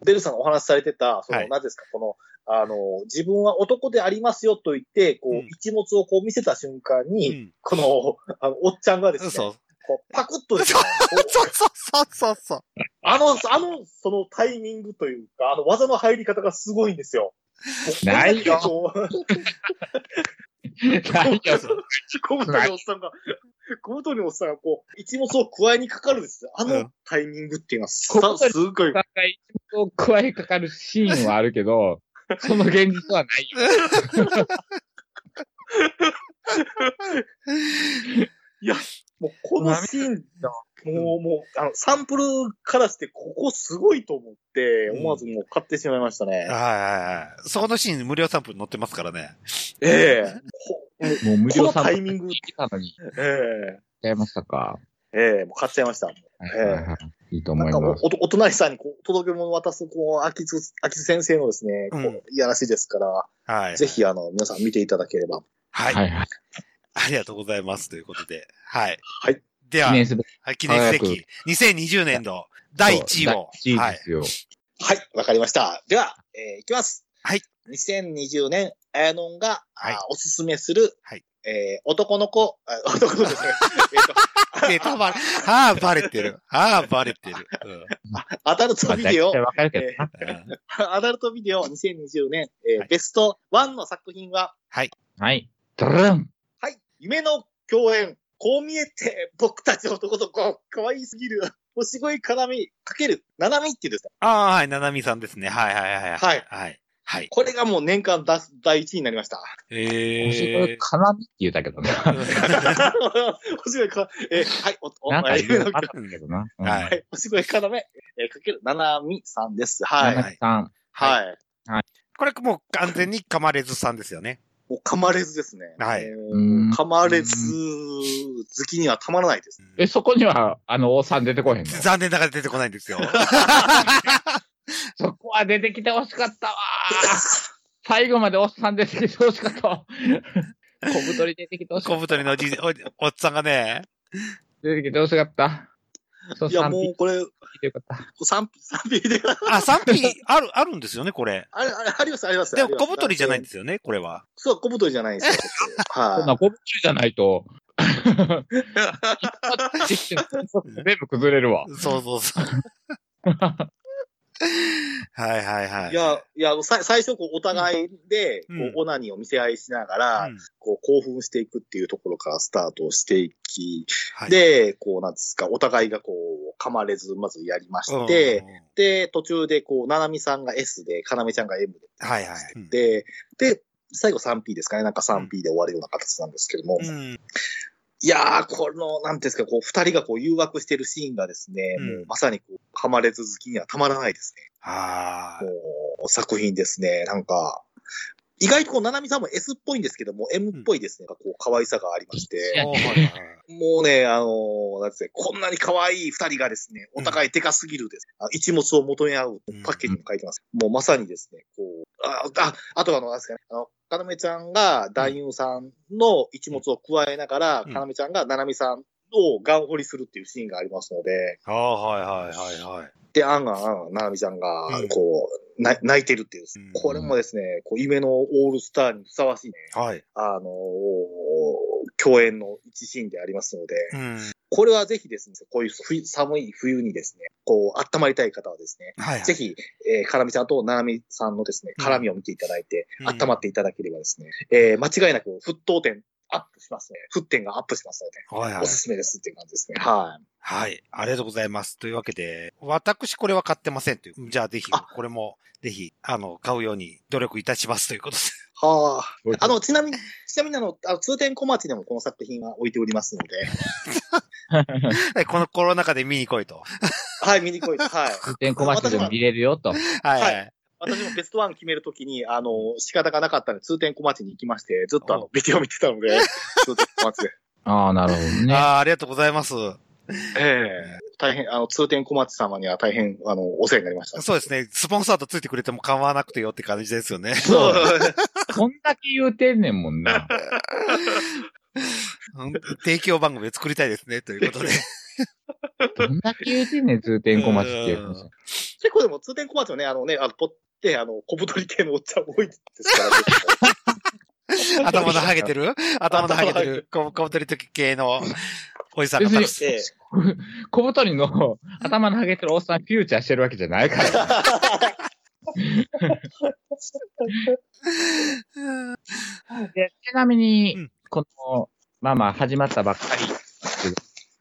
Speaker 3: デルさんがお話しされてた、その、
Speaker 1: はい
Speaker 3: なぜですか、この、あのー自分は男でありますよと言って、こ
Speaker 1: う
Speaker 3: う、
Speaker 1: ん
Speaker 3: 一物をこう見せた瞬間に、この、あの、おっちゃんがで
Speaker 1: うん。
Speaker 3: す
Speaker 1: そ
Speaker 3: ね、
Speaker 1: う。
Speaker 3: こうパクッとですね、こ
Speaker 1: そうそうそうそうそう。
Speaker 3: うあの、あの、そのタイミングというか、あの、技の入り方がすごいんですよ。
Speaker 2: ないよ
Speaker 3: こう
Speaker 2: ないよ、そ
Speaker 3: 小太りのおっさんが、小太りのおっさんがこう、一物を加えにかかるんですよ。あ
Speaker 1: うん
Speaker 3: のタイミングっていうのはさ、
Speaker 2: 小太り
Speaker 3: すごい
Speaker 2: ん。な一応加えかかるシーンはあるけど、その現実はないよ。
Speaker 3: もうこのシーンだ。もう、もう、あの、サンプルからして、ここすごいと思って、
Speaker 1: うん
Speaker 3: 思わずもう買ってしまいましたね。
Speaker 1: はいはいはい。そこのシーン無料サンプル載ってますからね。
Speaker 3: ええ
Speaker 2: もう無料
Speaker 3: この
Speaker 2: サンプ
Speaker 3: タ
Speaker 2: ル
Speaker 3: イミング
Speaker 2: 聞いてたのに。
Speaker 3: ええ
Speaker 2: ちゃいましたか。
Speaker 3: ええもう買っちゃいました。
Speaker 2: はいはいはい。いいと思
Speaker 3: なん
Speaker 2: い
Speaker 3: かも
Speaker 2: ま
Speaker 3: う
Speaker 2: す。
Speaker 3: お、お隣さんにこう、届け物渡す、こう、秋津、秋津先生のですね、こ
Speaker 1: うん
Speaker 3: う、いやらしいですから、
Speaker 1: はい。
Speaker 3: ぜ。ひ、あの、皆さん見ていただければ。
Speaker 1: はい。
Speaker 2: はいはい。
Speaker 1: ありがとうございます。ということで。はい。
Speaker 3: はい。
Speaker 1: では
Speaker 2: 記、念すべき
Speaker 1: はい記念すべき
Speaker 2: 早、
Speaker 1: 2020年度第1位を。
Speaker 2: 1位
Speaker 1: は
Speaker 2: で
Speaker 1: い。
Speaker 2: すよ。
Speaker 3: はい、わかりました。では、えーいきます。
Speaker 1: はい。
Speaker 3: 2020年、あやのんが、あー
Speaker 1: はい
Speaker 3: おすすめする、
Speaker 1: はい
Speaker 3: えー男の子、あ男の子ですね。えーと
Speaker 1: ネタバレ、ああ、バレてる。ああ、バレてる。うん
Speaker 3: アダルト
Speaker 2: まあ
Speaker 3: ビ
Speaker 2: 大
Speaker 3: デオ
Speaker 2: 体、わかるけど
Speaker 3: え
Speaker 2: な。
Speaker 1: うん
Speaker 3: ー アダルトビデオ2020年、えー
Speaker 1: はい
Speaker 3: ベスト1の作品は、
Speaker 2: はい。ドルン
Speaker 3: はい、夢の共演、こう見えて僕たち男の子、可愛すぎる、星越えかなみ、かける、ななみっていうですね、
Speaker 1: ああ、はい、ななみさんですね。はいはいはい。
Speaker 3: はい
Speaker 1: はい。はい。
Speaker 3: これがもう年間だ第1位になりました。
Speaker 1: え
Speaker 2: 星かなみって言ったけどな。
Speaker 3: 星越えか、えーはい、お、お、
Speaker 2: なんか
Speaker 3: えー
Speaker 2: 言う
Speaker 3: 夢の
Speaker 2: のあったけどな。うん
Speaker 1: はい
Speaker 3: はい。 星越かなめ、えーかける、ななみさんです。は
Speaker 2: 田
Speaker 3: い。
Speaker 2: 中さん。
Speaker 3: はい。
Speaker 1: これもう完全にかまれずさんですよね。
Speaker 3: もう噛まれずですね。
Speaker 1: はい
Speaker 2: うん
Speaker 3: もう噛まれず好きにはたまらないです。
Speaker 2: え、そこには、あの、王さん出てこへんの
Speaker 1: 残念ながら出てこないん ですよ。
Speaker 2: そこは出てきてほしかったわー最後までおっさん出てきてほしかったわ。小太り出てきてほしか
Speaker 1: 小
Speaker 2: っ
Speaker 1: 太
Speaker 2: た。
Speaker 1: りのおじい、おおっさんがね、
Speaker 2: 出てきてほしかった。そう、
Speaker 3: いや、
Speaker 2: 3
Speaker 3: もう
Speaker 2: 匹
Speaker 3: これ、
Speaker 2: でよかった。
Speaker 3: 賛否、賛否で、
Speaker 1: あ、賛否ある、あるんですよね、これ。
Speaker 3: あれ、あれ、あります、あります。
Speaker 1: で
Speaker 3: あ
Speaker 1: も
Speaker 3: ります
Speaker 1: 小太りじゃないんですよね、これは。
Speaker 3: そう、小太りじゃない んですよ。
Speaker 2: そんな
Speaker 3: は。
Speaker 2: 小太りじゃないと、全部崩れるわ。
Speaker 1: そうそう そう。はいはいはいい。
Speaker 3: いや、いや、さ最初、こう、お互いで、こ
Speaker 1: うん
Speaker 3: う、オナニーを見せ合いしながら、
Speaker 1: うん
Speaker 3: こう、興奮していくっていうところからスタートしていき、
Speaker 1: はい
Speaker 3: で、こう、なんですか、お互いがこう、噛まれず、まずやりまして、
Speaker 1: うん
Speaker 3: で、途中で、こう、ななみさんが S で、かなめちゃんが M で。
Speaker 1: はいはいうん
Speaker 3: で、で、最後 3P ですかね。なんか 3P で終わるような形なんですけども。
Speaker 1: うん。
Speaker 3: いやー、この、なんていうんですか、こう、二人がこう、誘惑してるシーンがですね、
Speaker 1: うん
Speaker 3: もう、まさにこう、噛まれ続きにはたまらないです
Speaker 1: あ
Speaker 3: ね。もう、作品ですね。なんか、意外とこう、ななみさんも S っぽいんですけども、M っぽいですね、こう、可愛さがありまし
Speaker 1: あ。
Speaker 3: て、
Speaker 1: おーはいはいはい
Speaker 3: もうね、あのー、なんていうんですか、こんなに可愛い二人がですね、お互いでかすぎるです。あ一物を求め合うパッケージにも書いてます。もうまさにですね、こう、あ、あ、あとはあの、なんですかね、あの、かなめちゃんが男優さんの一物を加えながら、
Speaker 1: うん
Speaker 3: かなめちゃんがななみさんをガン掘りするっていうシーンがありますので、
Speaker 1: ああ、はいはいはいはい。
Speaker 3: で、あんがんあんがんななみちゃんが
Speaker 1: うん、
Speaker 3: こう、な泣いてるっていう
Speaker 1: うん、
Speaker 3: これもですね、こう、夢のオールスターにふさわしいね、
Speaker 1: はい。
Speaker 3: あのー共演の一シーンでありますので、
Speaker 1: うん。
Speaker 3: これはぜひですね、こういう冬寒い冬にですね、こう、温まりたい方はですね、
Speaker 1: はいはい。
Speaker 3: ぜひ、えー、絡みちゃんとななみさんのですね、
Speaker 1: うん
Speaker 3: 絡みを見ていただいて、
Speaker 1: うん
Speaker 3: 温まっていただければですね、えー、間違いなく沸騰点アップしますね。沸点がアップしますので、
Speaker 1: はいはい
Speaker 3: お。すすめですっていう感じですね。はい。
Speaker 1: はい。ありがとうございます。というわけで、私これは買ってませんという。じゃあぜひ、
Speaker 3: あ
Speaker 1: これも、ぜひ、あの、買うように努力いたしますという ことで。
Speaker 3: はあ。あの、ちなみに、ちなみにあの、あの通天小町でもこの作品は置いてお りますので、
Speaker 1: はいこのコロナ禍で見に来いと。
Speaker 3: はい、見に来いです。はい。
Speaker 2: 自転小町でも見れるよと。
Speaker 1: はい。は、
Speaker 3: はい私もベストワン決めるときに、あの、仕方がなかったので、通天小町に行きまして、ずっとあ
Speaker 1: お
Speaker 3: の、ビデオ見てたの で、通天小町で。
Speaker 2: ああ、なるほど
Speaker 1: あ
Speaker 2: ね。
Speaker 1: あ、ありがとうございます。
Speaker 3: ええ大変、あの、通天小町様には大変、あの、お世話になりました。
Speaker 1: そうですね。スポンサーとついてくれても構わなくてよって感じですよね。
Speaker 3: そう。
Speaker 2: こんだけ言うてんねんもん
Speaker 1: う
Speaker 2: な。
Speaker 1: ん提供番組を作りたいですね。という ことで。
Speaker 2: どんだけ言うてんねん、通天小町っていう
Speaker 1: う
Speaker 2: 話。
Speaker 3: 結構でも通天小町はね、あのね、あの、ぽって、あの、小太り系のおっちゃん多いです からね。
Speaker 1: 頭のハゲてる頭のハゲてる。こぶとり系のおじさん方です。
Speaker 3: ええ
Speaker 2: 小太りの頭のハゲてるおっさんフューチャーしてるわけじゃないから。でちなみに、
Speaker 1: うん
Speaker 2: この、まあまあ始まったばっかりですけど、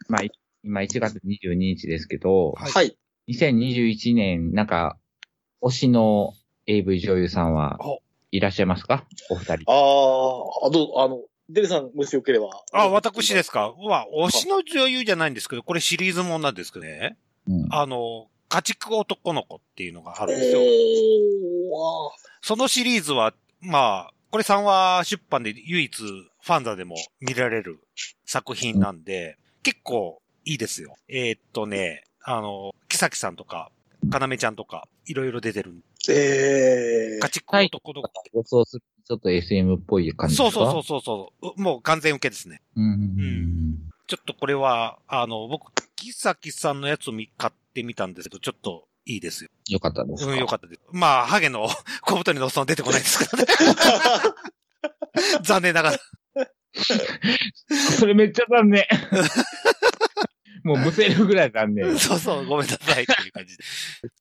Speaker 2: まあい今1月22日ですけど、
Speaker 1: はい
Speaker 3: はい。
Speaker 2: 2021年、なんか、推しの AV 女優さんは
Speaker 1: お
Speaker 2: いらっしゃいますかお二人。
Speaker 3: ああ、あの、あの、デルさん、もしよければ。。
Speaker 1: あ、私ですすか。は、推しの女優じゃないんですけど、これシリーズもんなんですけどね。
Speaker 2: うん
Speaker 1: あの、家畜男の子っていうのがあ
Speaker 3: お
Speaker 1: るんですよ。
Speaker 3: ー、わ
Speaker 1: そのシリーズは、まあ、これ3話出版で唯一ファンザでも見られる作品なんで、結構いいですよ。えーっとね、あの、キサキさんとか、かなめちゃんとか、いろいろ出てる。
Speaker 3: ーええ
Speaker 1: 家畜男の子。
Speaker 2: 予想するちょっと SM っぽい感じ
Speaker 1: そ
Speaker 2: で
Speaker 1: う
Speaker 2: すか
Speaker 1: そうそうそうそう。うもう完全受けですね。
Speaker 2: うん。
Speaker 1: んちょっとこれは、あの、僕、木崎さんのやつを見買ってみたんですけど、ちょっといいですよ。
Speaker 2: よかったですか。
Speaker 1: うん、よかったです。まあ、ハゲの 小太りのおっさんは出てこないですけどね。 残念ながら。
Speaker 2: それめっちゃ残念。もうむせるぐらい残念。絶
Speaker 1: そうそう、ごめんなさいっていう感じで。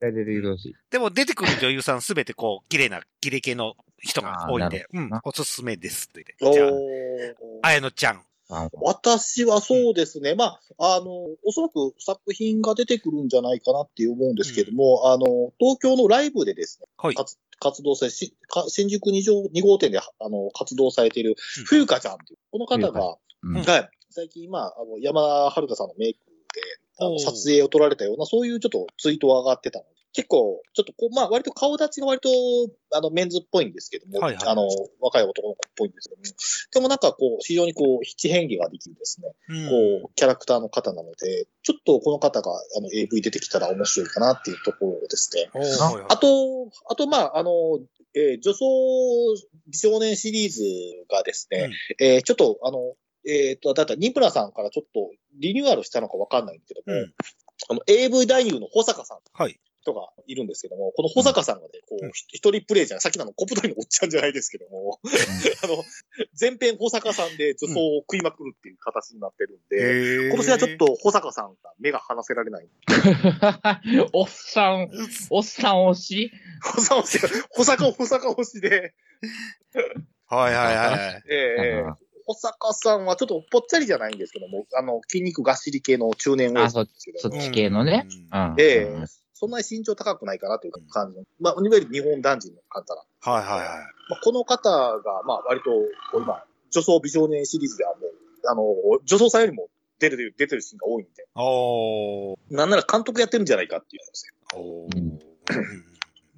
Speaker 2: 対出てきてほしい。
Speaker 1: でも出てくる女優さんすべてこう、綺麗な、綺麗系の人が多いんで、うん
Speaker 2: どな、
Speaker 1: おすすめですって
Speaker 3: ー。
Speaker 1: 言って。じゃ
Speaker 3: お
Speaker 1: あ、
Speaker 3: ー
Speaker 1: あやのちゃん。
Speaker 2: あ
Speaker 3: 私はそうですね。まあ、あの、おそらく作品が出てくるんじゃないかなって思うんですけども、あの、東京のライブでですね
Speaker 1: はい。
Speaker 3: 活活動され、しか新宿二条二号店であの活動されている
Speaker 1: うん、
Speaker 3: 冬香ちゃんっていう、この方が、
Speaker 2: うん
Speaker 3: はい、最近、まあ、あの山田遥さんのメイクで、あ
Speaker 1: お
Speaker 3: の
Speaker 1: ー
Speaker 3: 撮影を撮られたような、そういうちょっとツイートが上がってたので、結構、ちょっとこう、まあ割と顔立ちが割と、あの、メンズっぽいんですけども、
Speaker 1: はいはい
Speaker 3: あの、若い男の子っぽいんですけども、でもなんかこう、非常にこう、七変化ができるですね、こう、キャラクターの方なので、ちょっとこの方が、あの、AV 出てきたら面白いかなっていうところですね。
Speaker 1: うん。おー
Speaker 2: あ
Speaker 1: はいはい
Speaker 3: あと、あと、まあ、あの、えー女装美少年シリーズがですね、えーちょっと、あの、えっ、と、だったら、ニプラさんからちょっとリニューアルしたのかわかんないんですけども、
Speaker 1: うん
Speaker 3: あの、AV 男優の保坂さん。
Speaker 1: はい
Speaker 3: 人がいるんですけども、この保坂さんがね、こ
Speaker 1: うん
Speaker 3: う、ひ一人プレイじゃない、さっきのあの小太りのおっちゃんじゃないですけども、 あの、全編保坂さんで女装を食いまくるっていう形になってるんで、
Speaker 1: へー
Speaker 3: 今年はちょっ。と保坂さんが目が離せられない。
Speaker 2: おっさん、おっさん推し
Speaker 3: 保坂推しが、保坂を保坂推しで、
Speaker 1: はいはいはい。
Speaker 3: ええ
Speaker 2: あ
Speaker 3: 保坂さんはちょっとぽっちゃりじゃないんですけども、あの、筋肉がっしり系の中年を
Speaker 2: あそ
Speaker 3: ですけ
Speaker 2: そ
Speaker 3: ど
Speaker 2: っ
Speaker 3: も、
Speaker 2: ち系のね。
Speaker 1: うん
Speaker 2: うん。
Speaker 3: ええ
Speaker 2: うん
Speaker 3: そんなに身長高くないかなという感じの、まあ、いわゆる日本男児の方なんで
Speaker 1: はいはいはい。
Speaker 3: まあ、この方が、まあ、割と、こう今、女装美少年シリーズではもう、あの、女装さんよりも出てる、出てるシーンが多いんで、
Speaker 1: おー。
Speaker 3: なんなら監督やってるんじゃないかっていう話
Speaker 1: お
Speaker 2: う
Speaker 1: ー
Speaker 2: ん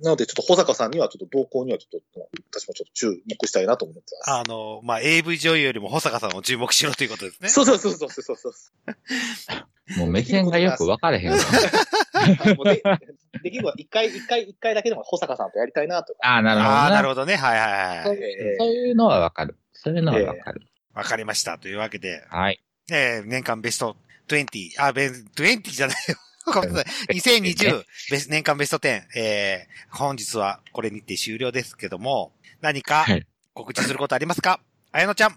Speaker 3: なので、ちょっと保坂さんには、ちょっと動向には、ちょっと、私もちょっと注目したいなと思ってます。
Speaker 1: あの、まあ、AV 女優よりも保坂さんを注目しろということですね。
Speaker 3: そうそうそうそうそうそう。
Speaker 2: もう目線がよく分からへ んわ。
Speaker 3: もうでできれば一回、一回、一回だけでも保坂さんとやりたいなとか。
Speaker 2: ああ、なるほど
Speaker 1: あ
Speaker 2: な。
Speaker 1: あ、なるほどね。はいはいはい。
Speaker 3: え
Speaker 2: そういうのは分かる。そういうのは分かる。
Speaker 1: わかりました。というわけで、
Speaker 2: はい。
Speaker 1: えー年間ベスト20、あ、ベ20じゃないよ。 ごめんなさい。2020、ベス年間ベスト10、えー本日はこれにて終了ですけども、何か
Speaker 2: はい
Speaker 1: 告知することありますか綾乃ちゃん。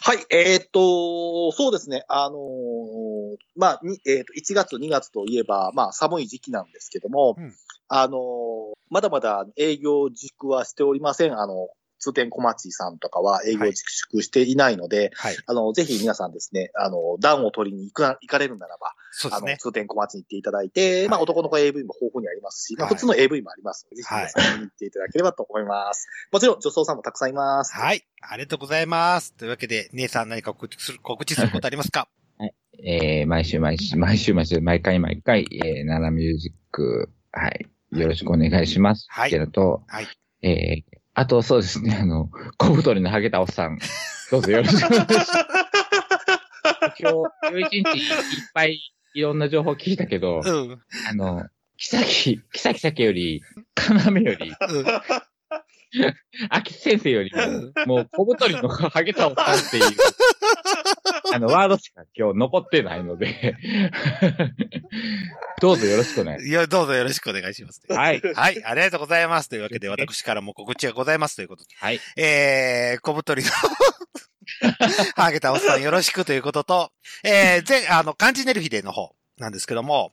Speaker 3: はい、えーっと、そうですね。あのーまあ、にえーっと、1月、2月といえば、まあ、寒い時期なんですけども、
Speaker 1: うん
Speaker 3: あのーまだまだ営業自粛はしておりません。あの、通天小町さんとかは営業自粛していないので、
Speaker 1: はい。
Speaker 3: あの、ぜひ皆さんですね、あの、暖を取りに行くな、行かれるならば、
Speaker 1: そうで
Speaker 3: あ
Speaker 1: す
Speaker 3: の、
Speaker 1: ね。
Speaker 3: 通天小町に行っていただいて、まあ、
Speaker 1: はい
Speaker 3: 男の子 AV も豊富にありますし、まあ、
Speaker 1: はい
Speaker 3: 普通の AV もありますので、ぜひ皆さん見に行っていただければと思います。もちろん、女装さんもたくさんいます。
Speaker 1: はい。ありがとうございます。というわけで、姉さん何か告知する、告知することありますか
Speaker 2: えー、毎週毎週、毎週毎週、毎回毎回、えー、ナナミュージック、はい、よろしくお願いします。
Speaker 1: はい
Speaker 2: ってのと、
Speaker 1: はい
Speaker 2: えー、あとそうですね、あの、小太りのハゲたおっさん、 どうぞよろしくお願いします。今日、11日いっぱいいろんな情報聞いたけど、
Speaker 1: うん。うん。
Speaker 2: あの、キサキ、キサキサキより、カナメより、秋先生より
Speaker 1: ん
Speaker 2: も、もう小太りのハゲたおっさんっていう、あの、ワードしか今日残ってないので、 どうぞよろしくお願いし
Speaker 1: いや、どうぞよろしくお願いします。
Speaker 2: ます。はい。
Speaker 1: はい、ありがとうございます。というわけで、私からも告知がございますということで。
Speaker 2: はい。
Speaker 1: えー、小太りの、ハゲたおっさんよろしくということと、えー、全、あの、漢字ネルフィデの方なんですけども、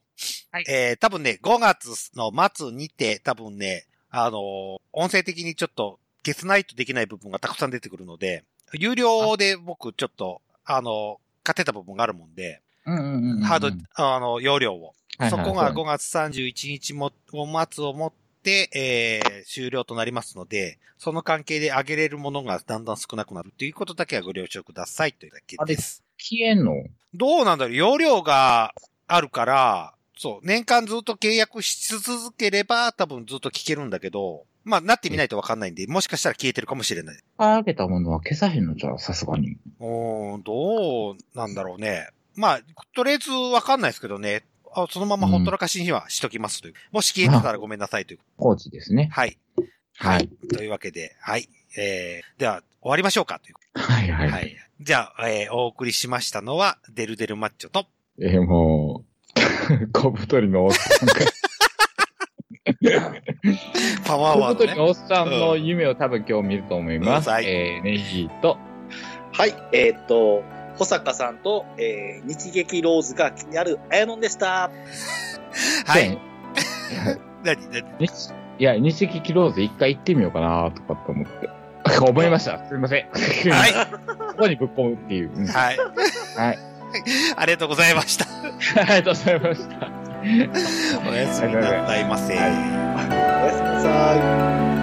Speaker 2: はい
Speaker 1: えー、多分ね、5月の末にて、多分ね、あのー音声的にちょっと、ゲスないとできない部分がたくさん出てくるので、有料で僕ちょっと、あのー買ってた部分があるもんで、
Speaker 2: うんうんうんうん
Speaker 1: ハード、あの、容量を。
Speaker 2: はいはい
Speaker 1: そこ
Speaker 2: そう
Speaker 1: が
Speaker 2: ね
Speaker 1: 5月31日も、を末をもって、えー終了となりますので、その関係で上げれるものがだんだん少なくなるということだけはご了承くださいというだけです。
Speaker 2: 消えんの
Speaker 1: どうなんだろう容量があるから、そう、年間ずっと契約し続ければ多分ずっと聞けるんだけど、まあ、なってみないとわかんないんで、もしかしたら消えてるかもしれない。
Speaker 2: ハゲたものは消さへんのじゃあ、さすがに。
Speaker 1: おーどうなんだろうね。まあ、とりあえずわかんないですけどね。あそのままほったらかしにはしときますという。もし消えてたらごめんなさいという。
Speaker 2: コーチですね。
Speaker 1: はい。
Speaker 2: はい。
Speaker 1: というわけで、はい。えー、では、終わりましょうかという。
Speaker 2: はいはい。
Speaker 1: はい。じゃあ、えー、お送りしましたのは、デルデルマッチョと、
Speaker 2: えー、もう、 小太りのおっさんが、
Speaker 1: パワーワ
Speaker 2: 小
Speaker 1: ード
Speaker 2: 太り
Speaker 1: ね。
Speaker 2: のおっさんの夢を多分今日見ると思います。
Speaker 1: うんはい
Speaker 2: えー、ネギと、
Speaker 3: はい、えーっと、保坂さんと、えー日劇ローズが気になるあやのんでした。
Speaker 1: はい。何何
Speaker 2: 日いや、日劇ローズ一回行ってみようかなとかって思って。 思いました。すみません。
Speaker 1: はい。
Speaker 2: ここにぶっ込むっていう。うんはい。
Speaker 1: はい。 ありがとうございました。
Speaker 2: ありがとうございました。
Speaker 1: おやすみなさいませ。
Speaker 2: はい
Speaker 3: おやすみなさい。